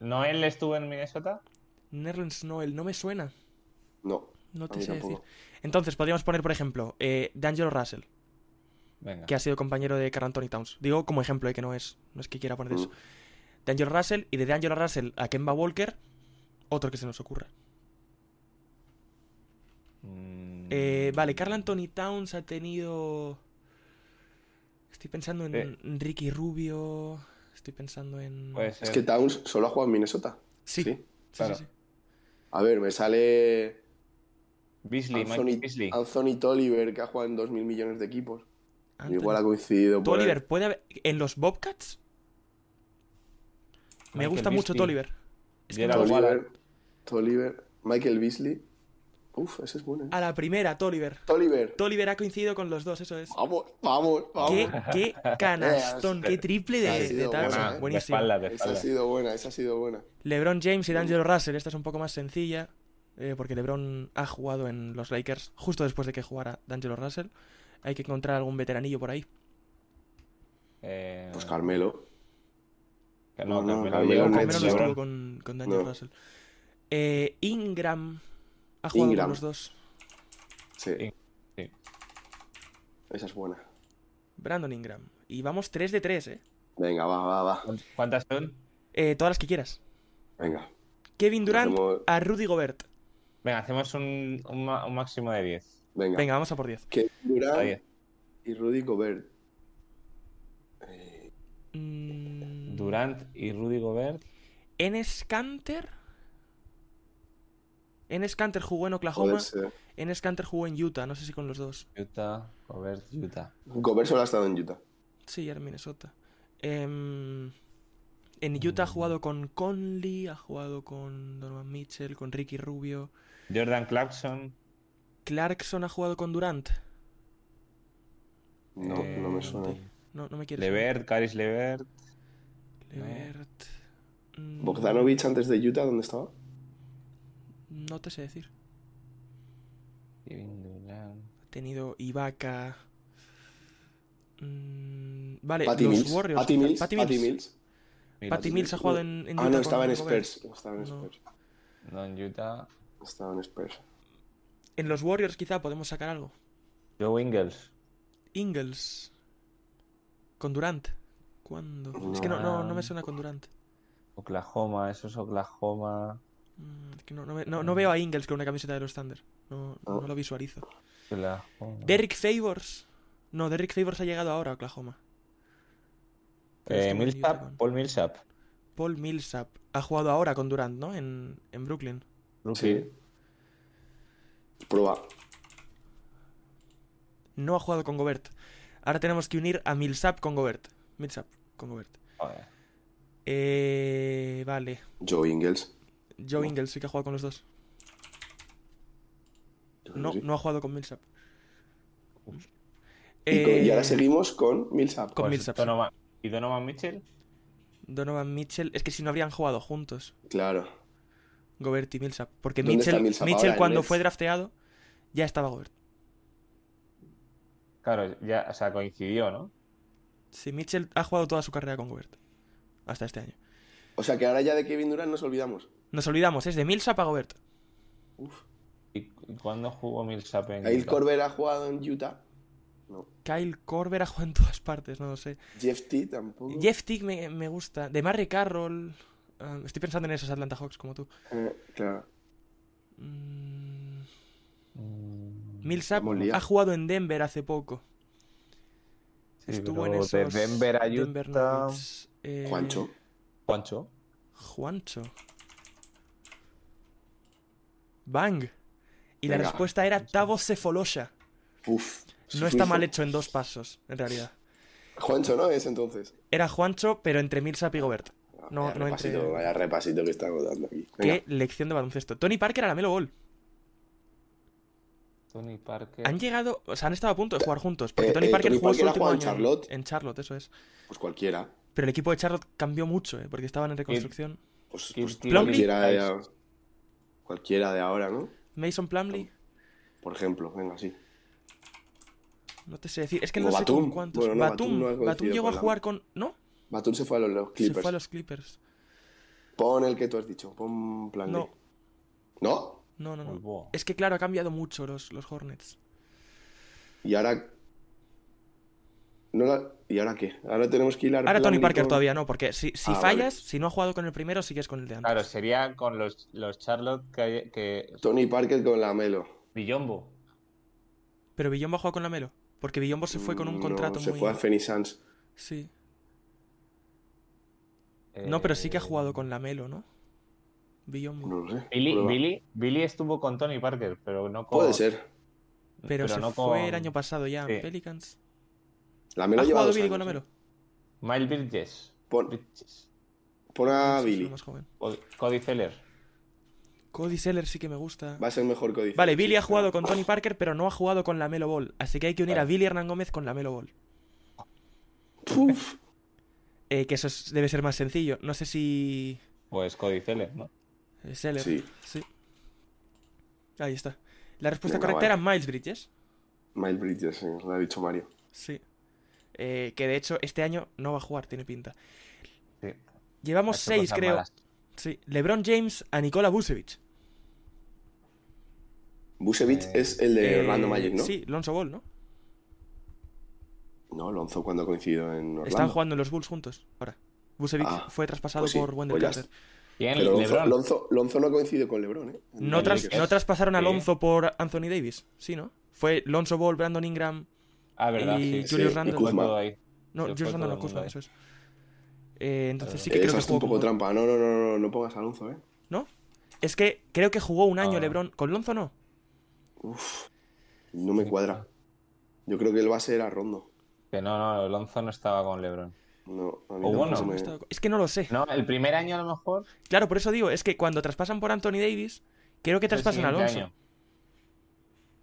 ¿No él estuvo en Minnesota?
Nerlens Noel, no me suena.
No.
No
A
te
mí
sé decir.
tampoco.
Entonces, podríamos poner, por ejemplo, eh, D'Angelo Russell,
Venga.
que ha sido compañero de Carl Anthony Towns. Digo como ejemplo, eh, que no es, no es que quiera poner
Mm.
eso. D'Angelo Russell y de D'Angelo Russell a Kemba Walker, otro que se nos ocurra.
Mm.
Eh, vale, Carl Anthony Towns ha tenido. Estoy pensando en
Eh.
Ricky Rubio. Estoy pensando en.
Puede
Es
ser.
que Towns solo ha jugado en Minnesota.
sí, sí, sí,
Pues, claro.
sí.
A ver, me sale
Beasley, Mike
Anthony,
Beasley.
Anthony Tolliver, que ha jugado en 2.000 millones de equipos.
Anthony
Igual ha coincidido por
Tolliver,
él.
puede haber. ¿En los Bobcats? Me
Michael
gusta mucho
Beasley.
Tolliver. Es que
Gerald
no-
Wallace.
Tolliver, Tolliver, Michael Beasley. Uf, ese es bueno. ¿eh?
a la primera, Tolliver.
Tolliver.
Tolliver ha coincidido con los dos, eso es.
Vamos, vamos,
Qué,
vamos.
qué
Eh,
canastón, qué triple
Ha
de,
sido
de
buena,
Towns.
eh.
Buena, de
Buenísimo.
espalda, de
Esa ha
espalda.
sido buena, esa ha sido buena.
LeBron James y D'Angelo Russell, esta es un poco más sencilla, eh, porque LeBron ha jugado en los Lakers justo después de que jugara D'Angelo Russell. Hay que encontrar algún veteranillo por ahí.
Eh,
Pues Carmelo.
que no,
no, no,
Carmelo
Carmelo
llegó
Al
con
Nets,
menos no
LeBron.
estuvo con, con D'Angelo
No.
Russell. Eh, Ingram ha jugado
Ingram.
con los dos.
Sí.
Sí, sí.
Esa es buena.
Brandon Ingram. Y vamos 3 de 3, ¿eh?
Venga, va, va, va.
¿Cuántas son?
Eh, Todas las que quieras.
Venga.
Kevin Durant
Hacemos-
a Rudy Gobert.
Venga, hacemos un, un ma- un máximo de 10.
Venga.
Venga, vamos a por 10.
Kevin Durant
Está bien.
y Rudy Gobert.
Mm,
Durant y Rudy Gobert.
Enes Kanter. Enes Kanter jugó en Oklahoma.
Puede ser.
Enes Kanter jugó en Utah, no sé si con los dos.
Utah, Gobert, Utah.
Gobert solo ha estado en Utah.
Sí, era en Minnesota. Em, en Utah ha
Mm.
jugado con Conley, ha jugado con Donovan Mitchell, con Ricky Rubio.
Jordan Clarkson.
Clarkson ha jugado con Durant.
No,
eh,
no me suena.
No, no me quiere sonar.
Levert, Caris Levert. no.
Levert. Mm,
Bogdanovich antes de Utah, ¿dónde estaba?
No te sé decir.
Kevin Durant.
Ha tenido Ibaka. Mm, vale,
Patty
los
Mills.
Warriors.
Patty
quizá.
Mills.
Patty
Patty
Mills.
Mills.
Mira,
Patty Mills ha jugado en, en
Ah,
Utah
no,
con
estaba en
Gobert.
Spurs. Estaba en
No.
Spurs.
No, en Utah.
Estaba en Spurs.
En los Warriors quizá podemos sacar algo.
Joe Ingles.
Ingles. Con Durant. ¿Cuándo? Es que no, no, no me suena con Durant.
Oklahoma, eso es Oklahoma.
Mm, es que no, no me- no- no veo a Ingles con una camiseta de los Thunder. No, no lo visualizo.
Oklahoma.
Derrick Favors. No, Derrick Favors ha llegado ahora a Oklahoma. Pero
Eh,
estuvo en Utah
Millsap,
con-
Paul Millsap.
Paul Millsap. Ha jugado ahora con Durant, ¿no? En, en Brooklyn.
Rookie.
Sí. Prueba.
No ha jugado con Gobert. Ahora tenemos que unir a Millsap con Gobert. Millsap con Gobert.
Joder.
Eh, vale.
Joe Ingles.
Joe Ingles sí que ha jugado con los dos. No, no ha jugado con Millsap.
Y, con- y ahora
Eh,
seguimos con Millsap.
con
Pues
Millsap. sí.
Donovan- ¿Y Donovan Mitchell?
Donovan Mitchell. Es que si no habrían jugado juntos,
Claro.
Gobert y Millsap. Porque
¿Dónde está
Mitchell,
Millsap
Mitchell
ahora, en
cuando
Nets?
fue drafteado, ya estaba Gobert.
Claro, ya, o sea, coincidió, ¿no?
Sí, Mitchell ha jugado toda su carrera con Gobert. Hasta este año.
O sea que ahora ya de Kevin Durant nos olvidamos.
Nos olvidamos, es de Millsap a Gobert.
¿Y cu- cuándo jugó Millsap en
Kyle
Utah?
Corber ha jugado en Utah. No.
Kyle Korver ha jugado en todas partes, no lo sé.
Jeff T tampoco.
Jeff Tick me, me gusta. De Marry Carroll. ah, estoy pensando en esos Atlanta Hawks como tú.
Eh, claro.
Mm,
Mm,
Millsap
Hemos liado.
ha jugado en Denver hace poco.
sí,
Estuvo en
pero
esos.
De Denver a
Denver
Utah.
Nuggets. Eh,
Juancho.
Juancho.
Juancho. Bang. Y la
Venga.
respuesta era Tavo Sefolosha.
Uf.
No está mal
hecho.
hecho en dos pasos, en realidad.
Juancho, ¿no es entonces?
Era Juancho, pero entre Millsap y Gobert. No,
vaya
no
repasito,
entre-
Vaya repasito que estamos dando aquí. Venga.
Qué lección de baloncesto. Tony Parker a la Melo Ball.
Tony Parker.
Han llegado, o sea, han estado a punto de jugar juntos. Porque
Eh,
Tony
eh,
Parker
Tony
jugó su
Parker ha
último
jugado en
año
Charlotte.
En Charlotte, eso es.
Pues cualquiera.
Pero el equipo de Charlotte cambió mucho, ¿eh? porque estaban en reconstrucción.
Pues,
Kim
pues
Plumlee.
cualquiera, de, cualquiera de ahora, ¿no?
Mason
Eh.
Plumlee,
Por ejemplo, venga, sí.
no te sé decir. Es que
Como
no sé con
Batum.
cuántos.
Bueno, no,
Batum,
Batum no ha
Batum
coincidido
llegó a
con la-
jugar con. ¿No?
Batum se fue a los, los Clippers.
Se fue a los Clippers.
Pon el que tú has dicho. Pon plan
No,
¿No?
No, no, no.
Bulbo.
Es que claro, ha cambiado mucho los, los Hornets.
Y ahora. No la- ¿Y ahora qué? Ahora tenemos que ir a
Ahora Tony Parker todavía no, porque si, si
Ah, vale.
fallas, si no ha jugado con el primero, sigues con el de antes.
Claro, sería con los, los Charlotte que, que...
Tony Parker con la Melo.
Billombo.
Pero Villombo ha jugado con la Melo. Porque Villombo se fue con un
No,
contrato
se
muy.
fue a Phoenix Suns.
Sí. No, pero
Eh,
sí que ha jugado con la Melo, ¿no? Villombo.
No lo sé.
Billy,
Prueba.
Billy, Billy estuvo con Tony Parker, pero no con...
Puede ser.
pero, se
no
fue
con-
el año pasado ya,
Sí.
en Pelicans.
La
¿Ha
Melo lleva
jugado
dos
Billy con la
años, ¿eh?
Melo?
Miles Bridges.
Pon-
Bridges.
¿eh? Pon a
Sí, sí,
Billy.
más joven.
Co- Cody Zeller.
Cody Seller sí que me gusta.
Va a ser mejor código.
Vale, Billy ha jugado con Tony Parker, pero no ha jugado con la Melo Ball. Así que hay que unir a
Vale.
Billy Hernán Gómez con la Melo Ball.
Puf.
Eh, que eso es- debe ser más sencillo. No sé si.
Pues Cody Zeller, ¿no?
eh, Seller.
Sí.
Sí. Ahí está. La respuesta
Venga,
correcta
vale.
era Miles Bridges.
Miles Bridges, sí, lo ha dicho Mario.
Sí. Eh, que de hecho este año no va a jugar, tiene pinta.
Sí.
Llevamos
Ha hecho
seis,
cosas
creo.
malas.
Sí. LeBron James a Nikola Vucevic.
Busevich
Eh,
es el de
Eh,
Orlando Magic, ¿no?
Sí, Lonzo Ball, ¿no?
No, Lonzo cuando coincidió en Orlando.
Están jugando en los Bulls juntos ahora. Vucevic
Ah,
fue traspasado
pues sí,
por Wendell
pues ya
Carter.
¿Quién?
Pero Lonzo,
LeBron.
Lonzo, Lonzo no coincide con LeBron, ¿eh?
No,
En
tras-
Lakers.
no traspasaron a
Sí.
Lonzo por Anthony Davis, sí, ¿no? Fue Lonzo Ball, Brandon Ingram.
Ah, verdad,
y
sí.
Sí,
Julius
y
Randle.
Fue
Kuzma.
todo ahí.
No,
Se
Julius
fue
Randle
todo
no,
el
Kuzma,
mundo ahí.
eso es. Eh, entonces sí que
Esa
creo que
es un
jugó.
poco
con-
trampa. No, no, no, no, no, no pongas a Lonzo, ¿eh?
¿No? Es que creo que jugó un año
Ah.
LeBron. ¿Con Lonzo no?
No me cuadra. Yo creo que él va a ser a Rondo.
Que no, no, Lonzo no estaba con LeBron.
No, a mí
O
tampoco
bueno.
se me-
Estaba- Es que no lo sé.
No, el primer año a lo mejor.
Claro, por eso digo, es que cuando traspasan por Anthony Davis, creo que
es el
traspasan a
siguiente año.
Alonso.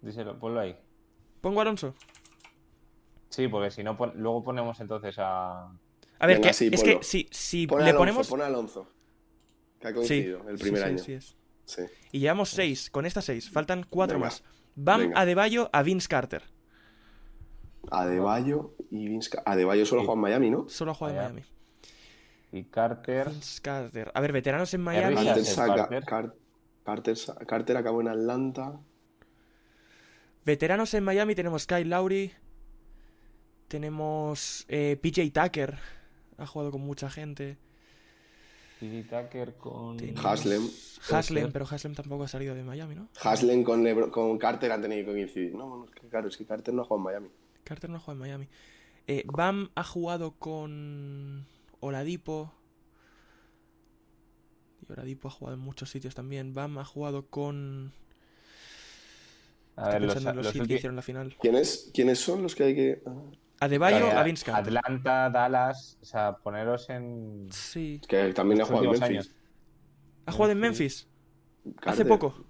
Díselo, ponlo ahí.
Pongo a Alonso.
Sí, porque si no, pon- luego ponemos entonces a.
A ver,
Venga,
que-
sí,
es
ponlo.
que si, si
Pon a
le
Lonzo,
ponemos.
pon a Lonzo. Que ha
Sí,
coincidido el
sí,
primer
sí,
año.
sí es.
Sí.
Y llevamos seis, con estas seis, faltan cuatro
Venga,
más. Bam
venga.
Adebayo a Vince Carter.
Adebayo y Vince Ca- Adebayo solo
Sí.
juega en Miami, ¿no?
Solo ha jugado en
Vaya.
Miami.
Y Carter.
Vince Carter. A ver, veteranos en
Harris
Miami.
ya
Carter
sé,
saca.
Carter.
Car- Carter, sa- Carter acabó en Atlanta.
Veteranos en Miami tenemos Kyle Lowry. Tenemos eh, PJ Tucker. Ha jugado con mucha gente.
T.J. Tucker con.
Tenemos-
Haslem.
Haslem,
ser.
pero Haslem tampoco ha salido de Miami, ¿no?
Haslem con, Lebron- con Carter han tenido que coincidir. No, bueno, es que claro, es que Carter no ha jugado en Miami.
Carter no ha jugado en Miami. Eh, Bam ha jugado con Oladipo. Y Oladipo ha jugado en muchos sitios también. Bam ha jugado con...
A
Estoy
ver, los,
pensando en los,
los
Heat que
ulti-
hicieron la final.
¿Quiénes, ¿Quiénes son los que hay que.? ah,
Adebayo
Vale,
a Vince Carter.
Atlanta, Dallas. O sea, poneros en.
Sí.
Que también ha
Los
jugado en
últimos
Memphis.
¿Ha jugado en
Sí.
Memphis? Hace
Carter.
poco.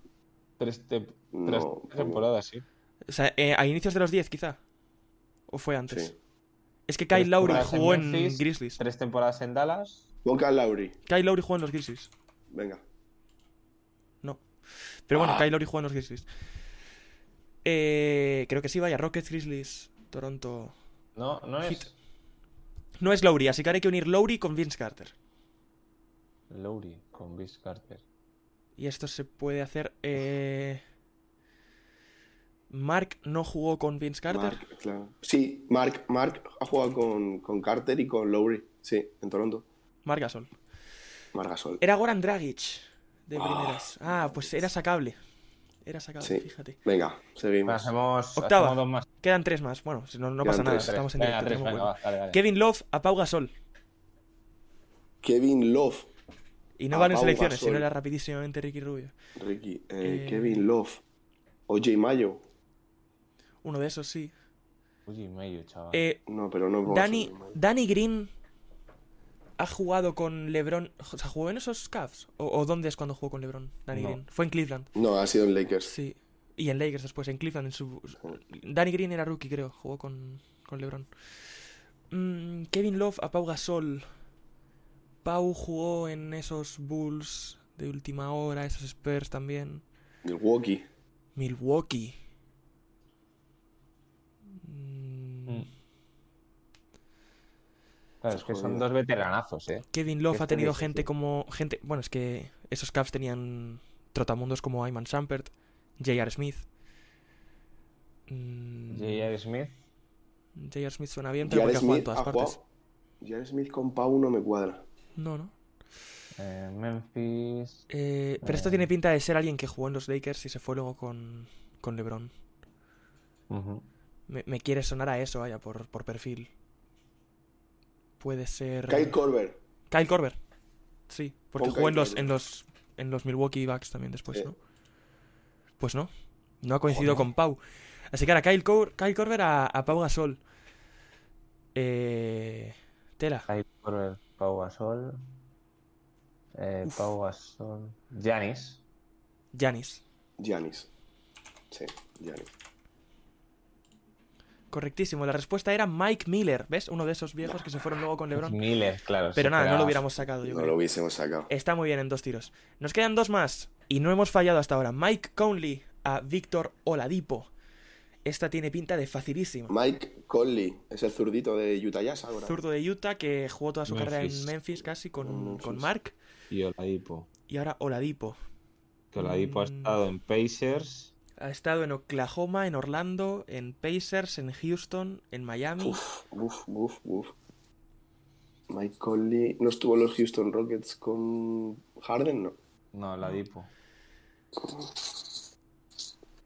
Tres, te- tres
No,
temporadas, sí.
O sea, eh, a inicios de los 10 quizá. ¿O fue antes?
Sí.
Es que Kyle
Tres
Lowry
temporadas en
jugó en,
Memphis,
Grizzlies.
Tres temporadas en Dallas.
Boca Lowry.
Kyle Lowry jugó en los Grizzlies.
Venga.
No. Pero bueno,
Ah.
Kyle Lowry jugó en los Grizzlies. Eh, creo que sí, vaya. Rockets, Grizzlies, Toronto.
No, no
Heat.
es.
No es Lowry, así que ahora hay que unir Lowry con Vince Carter.
Lowry con Vince Carter.
Y esto se puede hacer. eh, Mark no jugó con Vince Carter.
Mark, claro. Sí, Mark, Mark ha jugado con, con Carter y con Lowry. Sí, en Toronto.
Marc Gasol.
Marc Gasol.
Era Goran Dragic de
Ah,
primeras. Ah, pues era sacable. Era sacable,
Sí.
fíjate.
Venga, seguimos.
Hacemos,
Octava.
hacemos dos más.
Quedan tres más. Bueno, si no, no
Quedan
pasa nada.
tres.
Estamos en
Venga,
directo.
tres,
tenemos
venga,
huevo.
va, dale, dale.
Kevin Love a Pau Gasol.
Kevin Love.
Y no
A
van en
Ah, Pau
selecciones, si no
Gasol.
era rapidísimamente Ricky Rubio.
Ricky. eh,
Eh.
Kevin Love. OJ Mayo.
Uno de esos, sí.
Uy, y medio, chaval.
Eh,
No, pero no. pongas
Danny,
OJ Mayo.
Danny Green ha jugado con LeBron. O sea, ¿jugó en esos Cavs? ¿O, o dónde es cuando jugó con LeBron? Danny
No.
Green. Fue en Cleveland.
No, ha sido en Lakers.
Sí. Y en Lakers después, en Cleveland. En su... Danny Green era rookie, creo. Jugó con, con LeBron. Mm, Kevin Love a Pau Gasol. Pau jugó en esos Bulls de última hora, esos Spurs también.
Milwaukee.
Milwaukee. Mm,
Mm. Claro, es que son
Joder.
dos veteranazos, ¿eh?
Kevin Love
Está
ha tenido
difícil.
gente como. gente Bueno, es que esos Cavs tenían trotamundos como Ayman Sampert, J.R. Smith. Mm,
J.R. Smith.
J.R. Smith suena bien, pero
Jared
porque ha jugado en
Smith
todas
ha
partes.
jugado. Jared Smith con Pau no me cuadra.
No, no.
eh, Memphis.
Eh, pero esto
Eh.
tiene pinta de ser alguien que jugó en los Lakers y se fue luego con, con LeBron.
Ujú.
Me, me quiere sonar a eso, vaya, por, por perfil. Puede ser.
Kyle Corber.
Kyle Korver. Sí, porque
Con
jugó
Kyle
en los,
Korver.
en los en los Milwaukee Bucks también después,
Sí.
¿no? Pues no. No ha coincidido
Joder.
con Pau. Así que ahora Kyle, Cor- Kyle Korver a, a Pau Gasol. Eh, tela.
Kyle Korver, Pau Gasol. Eh,
Uf.
Pau Gasol. Giannis.
Janis.
Giannis. Sí, Giannis.
Correctísimo. La respuesta era Mike Miller. ¿Ves? Uno de esos viejos que se fueron luego con LeBron.
Miller, claro.
Pero
se
nada, no
esperaba.
lo hubiéramos sacado, yo
No
creo.
lo hubiésemos sacado.
Está muy bien en dos tiros. Nos quedan dos más. Y no hemos fallado hasta ahora. Mike Conley a Víctor Oladipo. Esta tiene pinta de facilísima.
Mike Conley es el zurdito de Utah Jazz ahora.
Zurdo de Utah que jugó toda su carrera en
Memphis.
Memphis casi con,
Memphis.
con Mark.
Y Oladipo.
Y ahora Oladipo.
Que Oladipo ha
Mm.
estado en Pacers.
Ha estado en Oklahoma, en Orlando, en Pacers, en Houston, en Miami.
Uf, uf, uf, uf. Mike Conley no estuvo en los Houston Rockets con Harden, no.
No, Oladipo.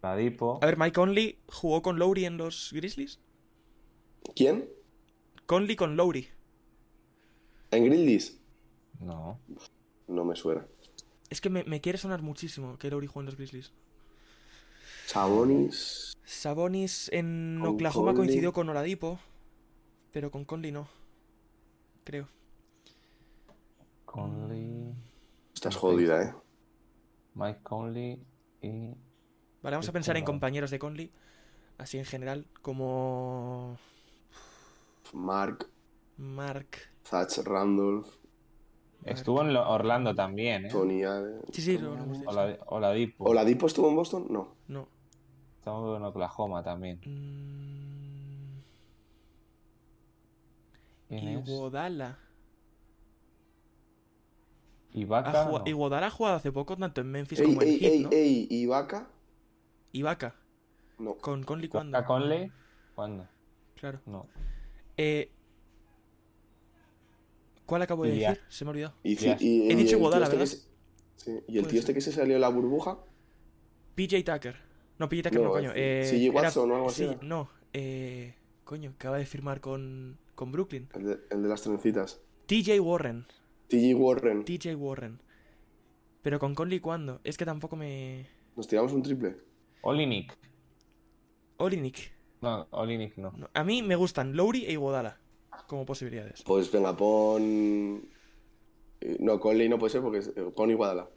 Oladipo.
A ver, Mike Conley jugó con Lowry en los Grizzlies.
¿Quién?
Conley con Lowry.
¿En Grizzlies?
No.
No me suena.
Es que me, me quiere sonar muchísimo que Lowry jugó en los Grizzlies.
Sabonis.
Sabonis en
Con
Oklahoma
Conley.
coincidió con Oladipo, pero con Conley no. Creo.
Conley.
Estás jodida, ¿eh?
Mike Conley y.
Vale, vamos a
Víctor
pensar en
Oladipo.
compañeros de Conley. Así en general, como
Mark,
Mark.
Zach Randolph,
Estuvo en lo- Orlando también, ¿eh?
Tony Allen.
Sí, sí, lo, lo hemos dicho.
Ola- Oladipo.
¿Oladipo estuvo en Boston? No.
No.
Estamos en Oklahoma también.
Mm,
¿Quién es?
Iguodala. Ha
Ibaka,
jugado-
no.
Iguodala ha jugado hace poco tanto en Memphis
Ey,
como en
ey,
Heat,
ey,
¿no?
ey, Ibaka?
Ibaka.
No.
Con Conley
Ibaka,
cuando.
Conley. ¿Cuándo?
Claro.
No.
Eh, ¿Cuál acabo de
Ya.
decir? Se me ha olvidado.
Y,
Ya.
ci- y-
He
y
dicho
el
Iguodala,
tío
¿verdad?
este que se- sí, y el
Puede
tío este
ser.
que se salió de la burbuja.
PJ Tucker. No, PJ Tucker no,
No,
coño.
es-
Eh,
CJ
era-
Watson o algo así,
sí,
¿no?
no. Eh, coño, acaba de firmar con, con Brooklyn.
El de, el de las trencitas.
TJ Warren.
TG Warren.
TJ Warren. Pero con Conley cuando. Es que tampoco me.
Nos tiramos un triple.
Olinik.
Olinick.
No, Olinik no.
No, A mí me gustan Lowry e Iguodala como posibilidades.
Pues venga, pon. eh, No, Conley no puede ser porque es- eh, pon Iguadala.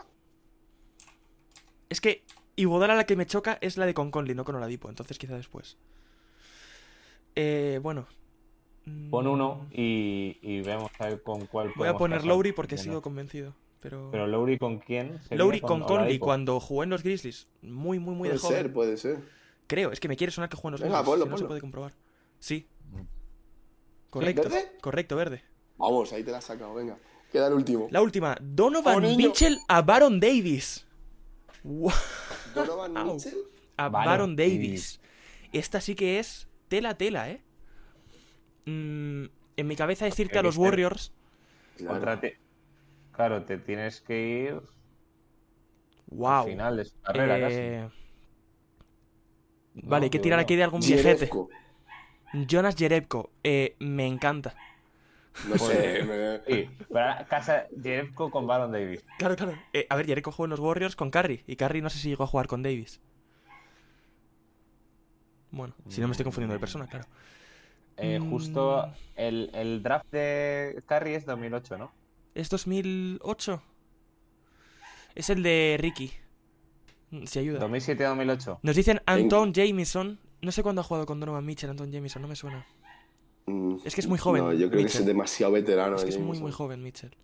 Es que Iguodala la que me choca es la de con Conley, no con Oladipo. Entonces quizá después. Eh, bueno. Mm,
Pon uno y, y vemos a ver con cuál
Voy a
podemos
poner
casar,
Lowry porque
no.
sigo convencido. Pero.
Pero Lowry con quién? Sería
Lowry con Conley
Oladipo.
cuando jugó en los Grizzlies. Muy, muy, muy
puede
de joven.
ser, puede ser.
Creo, es que me quiere sonar que jugó en los
Venga,
Grizzlies.
ponlo,
si no se
ponlo.
puede comprobar. Sí. Correcto.
¿Verde?
Correcto, verde.
Vamos, ahí te la has sacado, venga. Queda el último.
La última, Donovan
Mourinho.
Mitchell a Baron Davis. Gua-
Donovan
Au.
Mitchell.
A
Baron
Baron Davis. Esta sí que es tela tela, ¿eh? Mm, en mi cabeza decirte a los
Mister.
Warriors.
Claro.
Otra te- Claro, te tienes que ir
Wow.
al final de su carrera
Eh,
casi. No,
Vale, hay que
digo
tirar
yo.
aquí de algún viejete.
Jerezko.
Jonas Jerebko. Eh, me encanta.
No sé. me-
Sí, pero ahora casa Jerebko con Baron Davis.
Claro, claro. Eh, a ver, Jerebko jugó en los Warriors con Curry. Y Curry no sé si llegó a jugar con Davis. Bueno, si no me estoy confundiendo de persona, claro.
Eh,
Mm.
justo el, el draft de Curry es 2008, ¿no?
¿Es 2008? Es el de Ricky. Mm, Si ayuda.
2007-2008.
Nos dicen Anton Jamison. No sé cuándo ha jugado con Donovan Mitchell, Anton Jamison, no me suena.
Mm,
Es que es muy joven,
No, yo creo que
Mitchell.
es demasiado veterano.
es que es
James.
muy, muy joven Mitchell.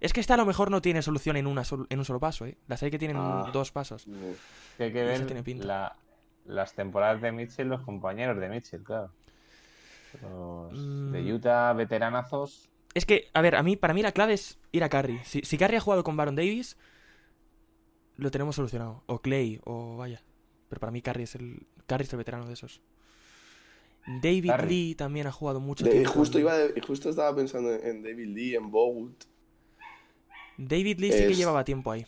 Es que esta a lo mejor no tiene solución en, una sol- en un solo paso, ¿eh? Las hay que tienen
Ah.
dos pasos.
Eh,
Que hay que
Eso
ver
tiene pinta.
la- las temporadas de Mitchell, los compañeros de Mitchell, claro. Los
Mm.
de Utah, veteranazos.
Es que, a ver, a mí, para mí la clave es ir a Curry. Si, si Curry ha jugado con Baron Davis, lo tenemos solucionado. O Clay, o vaya. Pero para mí Curry es el, Curry es el veterano de esos. David
Curry.
Lee también ha jugado mucho
De-
tiempo.
justo,
en-
iba de- justo estaba pensando en- en David Lee, en Bogut.
David Lee sí que
es-
llevaba tiempo ahí.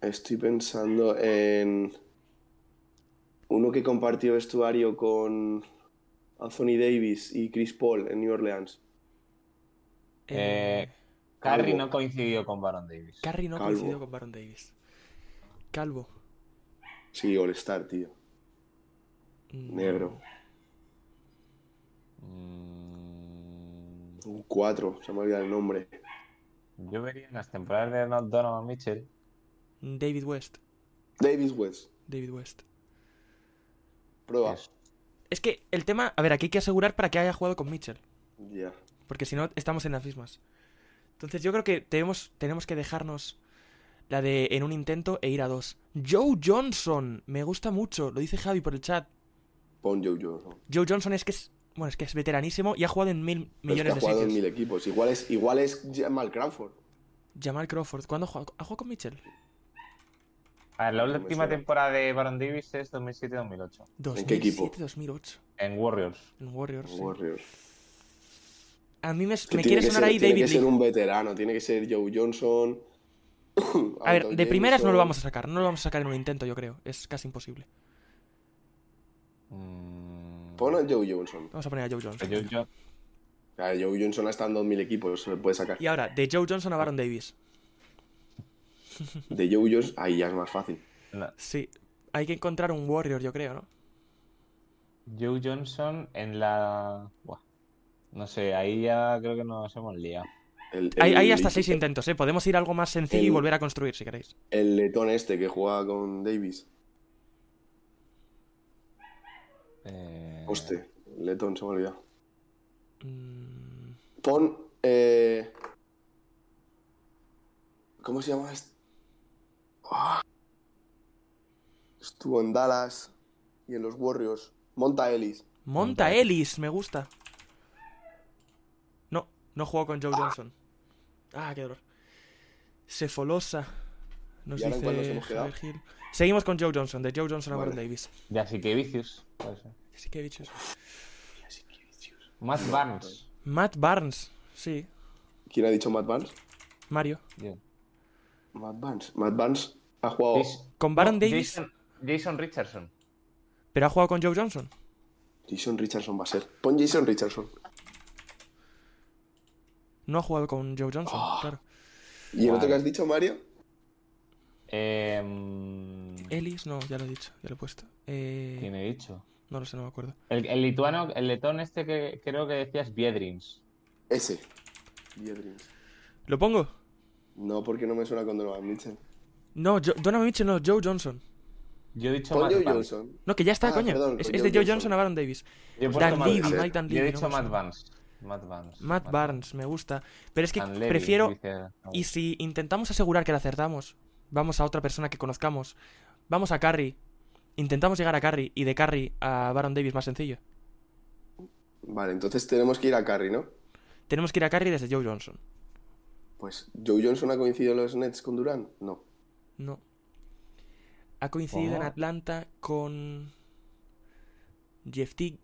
Estoy pensando en uno que compartió vestuario con Anthony Davis y Chris Paul en New Orleans.
Eh,
Eh,
Curry
Calvo.
no coincidió con Baron Davis.
Curry no
Calvo.
coincidió con Baron Davis. Calvo.
Sí, All-Star, tío.
Mm,
Negro.
Mm,
Un 4, se me olvida el nombre.
Yo vería en las temporadas de Not Donovan Mitchell.
Mm, David West.
Davis West.
David West.
Prueba.
es-
Es que el tema. A ver, aquí hay que asegurar para que haya jugado con Mitchell.
Ya.
Porque si no, estamos en las mismas. Entonces yo creo que tenemos, tenemos que dejarnos la de en un intento e ir a dos. Joe Johnson. Me gusta mucho. Lo dice Javi por el chat.
Pon Joe Johnson.
Joe Johnson es que es. Bueno, es que es veteranísimo y ha jugado en mil
Pero es que
millones
ha
de
jugado
sitios.
en mil equipos. Igual es, igual es Jamal Crawford.
Jamal Crawford. ¿Cuándo ha jugado? ¿Ha jugado con Mitchell?
A ver, ah, la
me
última
suena.
temporada de Baron Davis es 2007-2008.
¿En qué equipo?
2007-2008.
En Warriors.
En Warriors. sí.
Warriors.
A mí me,
Oh, Que
me
tiene
quiere
que
sonar
ser-
ahí
tiene
David
que ser
Lee.
un veterano. Tiene que ser Joe Johnson.
A ver, de primeras no lo vamos a sacar. No lo vamos a sacar en un intento, yo creo. Es casi imposible.
Mm,
Pon a Joe Johnson.
Vamos a poner a Joe Johnson.
pero yo- yo-
Claro, Joe Johnson ha estado en 2000 equipos, se le puede sacar.
Y ahora, de Joe Johnson a Baron Davis.
De Joe Johnson, ahí ya es más fácil.
no.
Sí. Hay que encontrar un Warrior, yo creo, ¿no?
Joe Johnson en la. Buah. No sé, ahí ya creo que nos hemos liado.
El,
Hay,
el-
hay hasta seis intentos, ¿eh? Podemos ir a algo más sencillo y
El-
volver a construir, si queréis.
El letón este que juega con Davis.
Eh,
Hostia, letón, se me olvida.
Mm,
Pon. eh, ¿Cómo se llama este? Ah. Estuvo en Dallas y en los Warriors. Monta Ellis.
Monta
Monta.
Ellis, me gusta. No, no juego con Joe Johnson. Ah, qué dolor. Sefolosa. Nos
¿Y ahora en
dice
cuál nos hemos
Javier Gil. Seguimos con Joe Johnson, de Joe Johnson a
Vale.
Baron Davis.
Ya sí que vicios. puede ser.
Así que he dicho eso.
Matt Barnes.
Matt Barnes, sí.
¿Quién ha dicho Matt Barnes?
Mario.
Yo.
Matt Barnes. Matt Barnes ha jugado.
Jason-
Con Baron
no,
Davis,
Jason, Jason Richardson.
pero ha jugado con Joe Johnson.
Jason Richardson va a ser. Pon Jason Richardson.
No ha jugado con Joe Johnson,
Ah.
claro.
¿Y el
Vale.
otro que has dicho, Mario?
Em,
Ellis, no, ya lo he dicho, ya lo he puesto. Eh,
¿Quién he dicho?
no lo sé, no me acuerdo.
El, el lituano, el letón este que creo que decías, Biedrins.
Ese. Biedrins.
¿Lo pongo?
No, porque no me suena con Donovan Mitchell.
No, Jo- Donovan Mitchell no, Joe Johnson.
Yo he dicho
Pon
Matt
Joe
Barnes.
Johnson.
No, que ya está,
Ah,
coño.
perdón,
es,
con
es de
Joe
Joe Johnson.
Johnson.
a Baron Davis.
Yo he puesto
Dan
Matt
Levy,
Barnes.
Mike Dan
Yo he
Levy,
dicho
no me
Matt
suena.
Barnes. Matt Barnes.
Matt Barnes, me gusta. Pero es que
Dan Levy,
prefiero.
dice-
Y si intentamos asegurar que la acertamos, vamos a otra persona que conozcamos. Vamos a Carrie. Intentamos llegar a Carrie y de Carrie a Baron Davis más sencillo.
Vale, entonces tenemos que ir a Curry, ¿no?
Tenemos que ir a Carrie desde Joe Johnson.
Pues Joe Johnson ha coincidido en los Nets con Durant. No.
No. Ha coincidido en
Oh.
Atlanta con. Jeff Teague.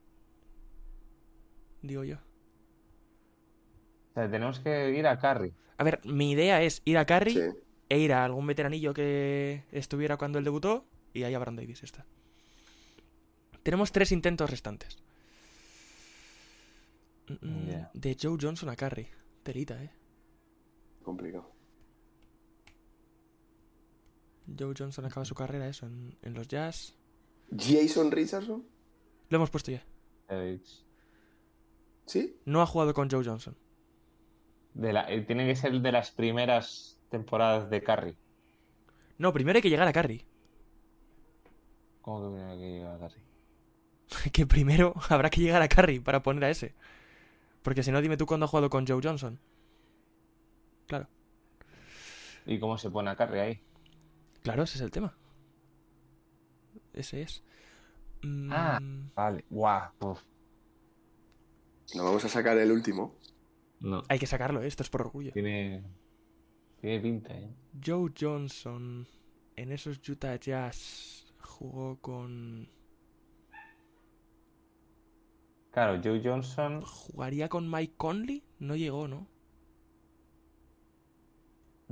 Digo yo.
O sea, tenemos que ir a Curry.
A ver, mi idea es ir a Carrie
Sí.
e ir a algún veteranillo que estuviera cuando él debutó y ahí a Baron Davis está. Tenemos tres intentos restantes. Mm, mm,
Ya.
De Joe Johnson a Curry. Telita, eh.
Complicado.
Joe Johnson acaba su carrera, eso, en, en los Jazz.
¿Jason Richardson?
Lo hemos puesto ya.
Eh,
¿Sí?
No ha jugado con Joe Johnson.
de la- eh, tiene que ser de las primeras temporadas de Curry.
No, primero hay que llegar a Curry.
¿Cómo que primero que llega a Curry?
que primero habrá que llegar a Curry para poner a ese. Porque si no, dime tú cuándo ha jugado con Joe Johnson. Claro.
¿Y cómo se pone a Curry ahí?
Claro, ese es el tema. Ese es.
Ah.
Mm,
Vale. Guau. uf.
No vamos a sacar el último.
No.
Hay que sacarlo, eh, esto es por orgullo.
Tiene. Tiene pinta, ¿eh?
Joe Johnson. en esos Utah Jazz jugó con.
Claro, Joe Johnson.
¿Jugaría con Mike Conley? No llegó, ¿no?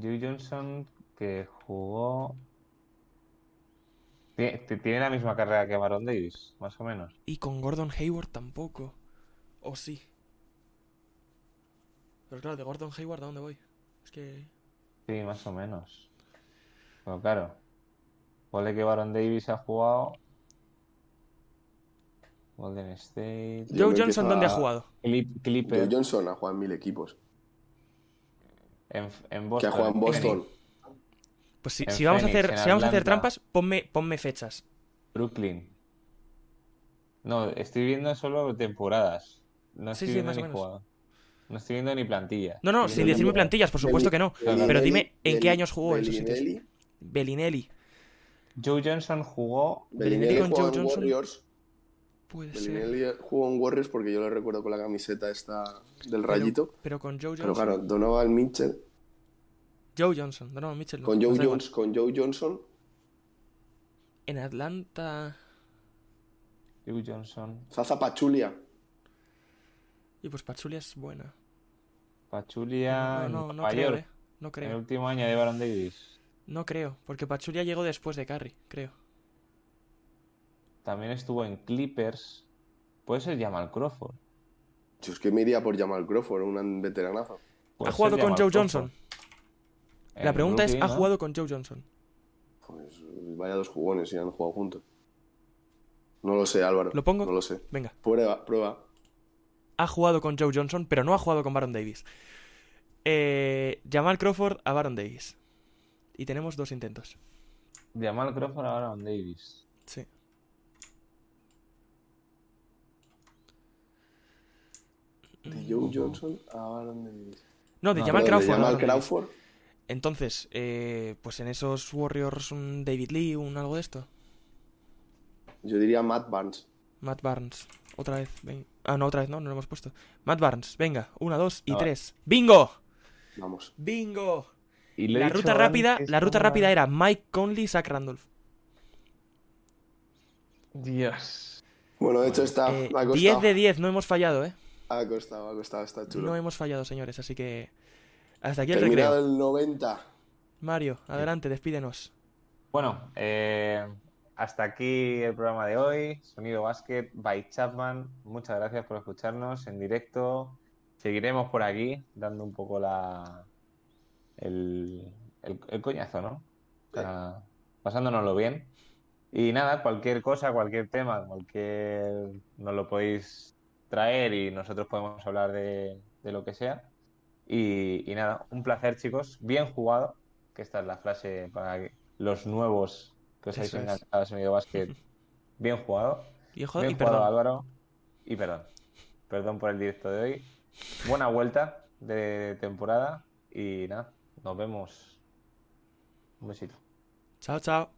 Joe Johnson que jugó. Tie- ti- Tiene la misma carrera que Baron Davis, más o menos.
Y con Gordon Hayward tampoco. O sí. Pero claro, de Gordon Hayward, ¿a dónde voy? Es que.
Sí, más o menos. Pero claro, ponle que Baron Davis ha jugado. Golden State.
Yo
Joe
me
Johnson,
empiezo
¿dónde
a-
ha jugado?
Clip- Clipper.
Joe Johnson ha jugado en mil equipos.
En, en
Que ha
Boston.
jugado en Boston.
Pues si,
En
si vamos a
Phoenix,
hacer,
en
si vamos a hacer
Atlanta.
trampas, ponme, ponme fechas.
Brooklyn. No, estoy viendo solo temporadas. No estoy
Sí, sí,
viendo
más o
ni
menos.
jugador. No estoy viendo ni plantilla.
No,
Estoy
no, sin
viendo-
decirme
Bellinelli.
plantillas, por supuesto que no.
Bellinelli,
Pero dime en qué años jugó en esos sitios.
Bellinelli,
Bellinelli.
Joe Johnson jugó.
Bellinelli
con
jugó
Joe
en
Johnson.
Warriors.
Puede ser.
Bellinelli jugó en Warriors porque yo lo recuerdo con la camiseta esta del
Pero-
rayito.
Pero, con Joe Johnson.
Pero claro, Donovan Mitchell.
Joe Johnson, no, no, Mitchell. no,
Con
nos
Joe,
da igual.
Jones, con Joe Johnson.
En Atlanta.
Joe Johnson.
Zaza Pachulia.
Y pues Pachulia es buena.
Pachulia.
no, no,
en
no
Nueva
creo,
York.
eh.
En
No
el
creo.
último año de Baron Davis.
No creo. Porque Pachulia llegó después de Curry, creo.
También estuvo en Clippers. Puede ser Jamal Crawford.
Yo es que me iría por Jamal Crawford, un veteranazo.
Puede
ha jugado
ser
con
Jamal
Joe
Crawford.
Johnson.
En
La pregunta es,
Brooklyn,
¿ha
¿no?
jugado con Joe Johnson?
Pues vaya dos jugones y han jugado juntos. No lo sé, Álvaro.
¿Lo pongo?
No lo sé.
Venga.
Prueba, prueba.
Ha jugado con Joe Johnson, pero no ha jugado con Baron Davis. Eh, Jamal Crawford a Baron Davis. Y tenemos dos intentos.
Jamal Crawford a Baron Davis.
Sí.
De Joe Johnson a Baron Davis.
No, de
No,
Jamal
Perdón,
Crawford.
de
a
Jamal
Baron Davis.
Crawford.
Entonces, eh, pues en esos Warriors, un David Lee, un algo de esto.
Yo diría Matt Barnes.
Matt Barnes. Otra vez. ven- Ah, no, otra vez no, no lo hemos puesto. Matt Barnes, venga. Una, dos y
Ah, va.
tres. ¡Bingo!
Vamos.
¡Bingo!
Y lo he
La
dicho
ruta rápida,
antes,
la ruta
¿no?
rápida era Mike Conley, Zach Randolph.
Dios.
Bueno, de hecho está.
Eh,
Ah, ha costado.
10 de 10, no hemos fallado, ¿eh?
Ha costado, ha costado, está chulo.
No hemos fallado, señores, así que... Hasta aquí el
Terminado
recreo.
el 90.
Mario, adelante, despídenos.
Bueno, eh, hasta aquí el programa de hoy. Sonido Basket by Chapman. Muchas gracias por escucharnos en directo. Seguiremos por aquí dando un poco la el, el- el coñazo, ¿no? O sea, pasándonoslo bien. Y nada, cualquier cosa, cualquier tema, cualquier nos lo podéis traer y nosotros podemos hablar de, de lo que sea. Y, y nada, un placer, chicos. Bien jugado, que esta es la frase para que- los nuevos que os habéis
Eso es.
enganchado al sonido básquet. Bien jugado.
Y, ojo-
Bien
y
jugado,
perdón.
Álvaro. Y perdón. Perdón por el directo de hoy. Buena vuelta de temporada. Y nada, nos vemos. Un besito.
Chao, chao.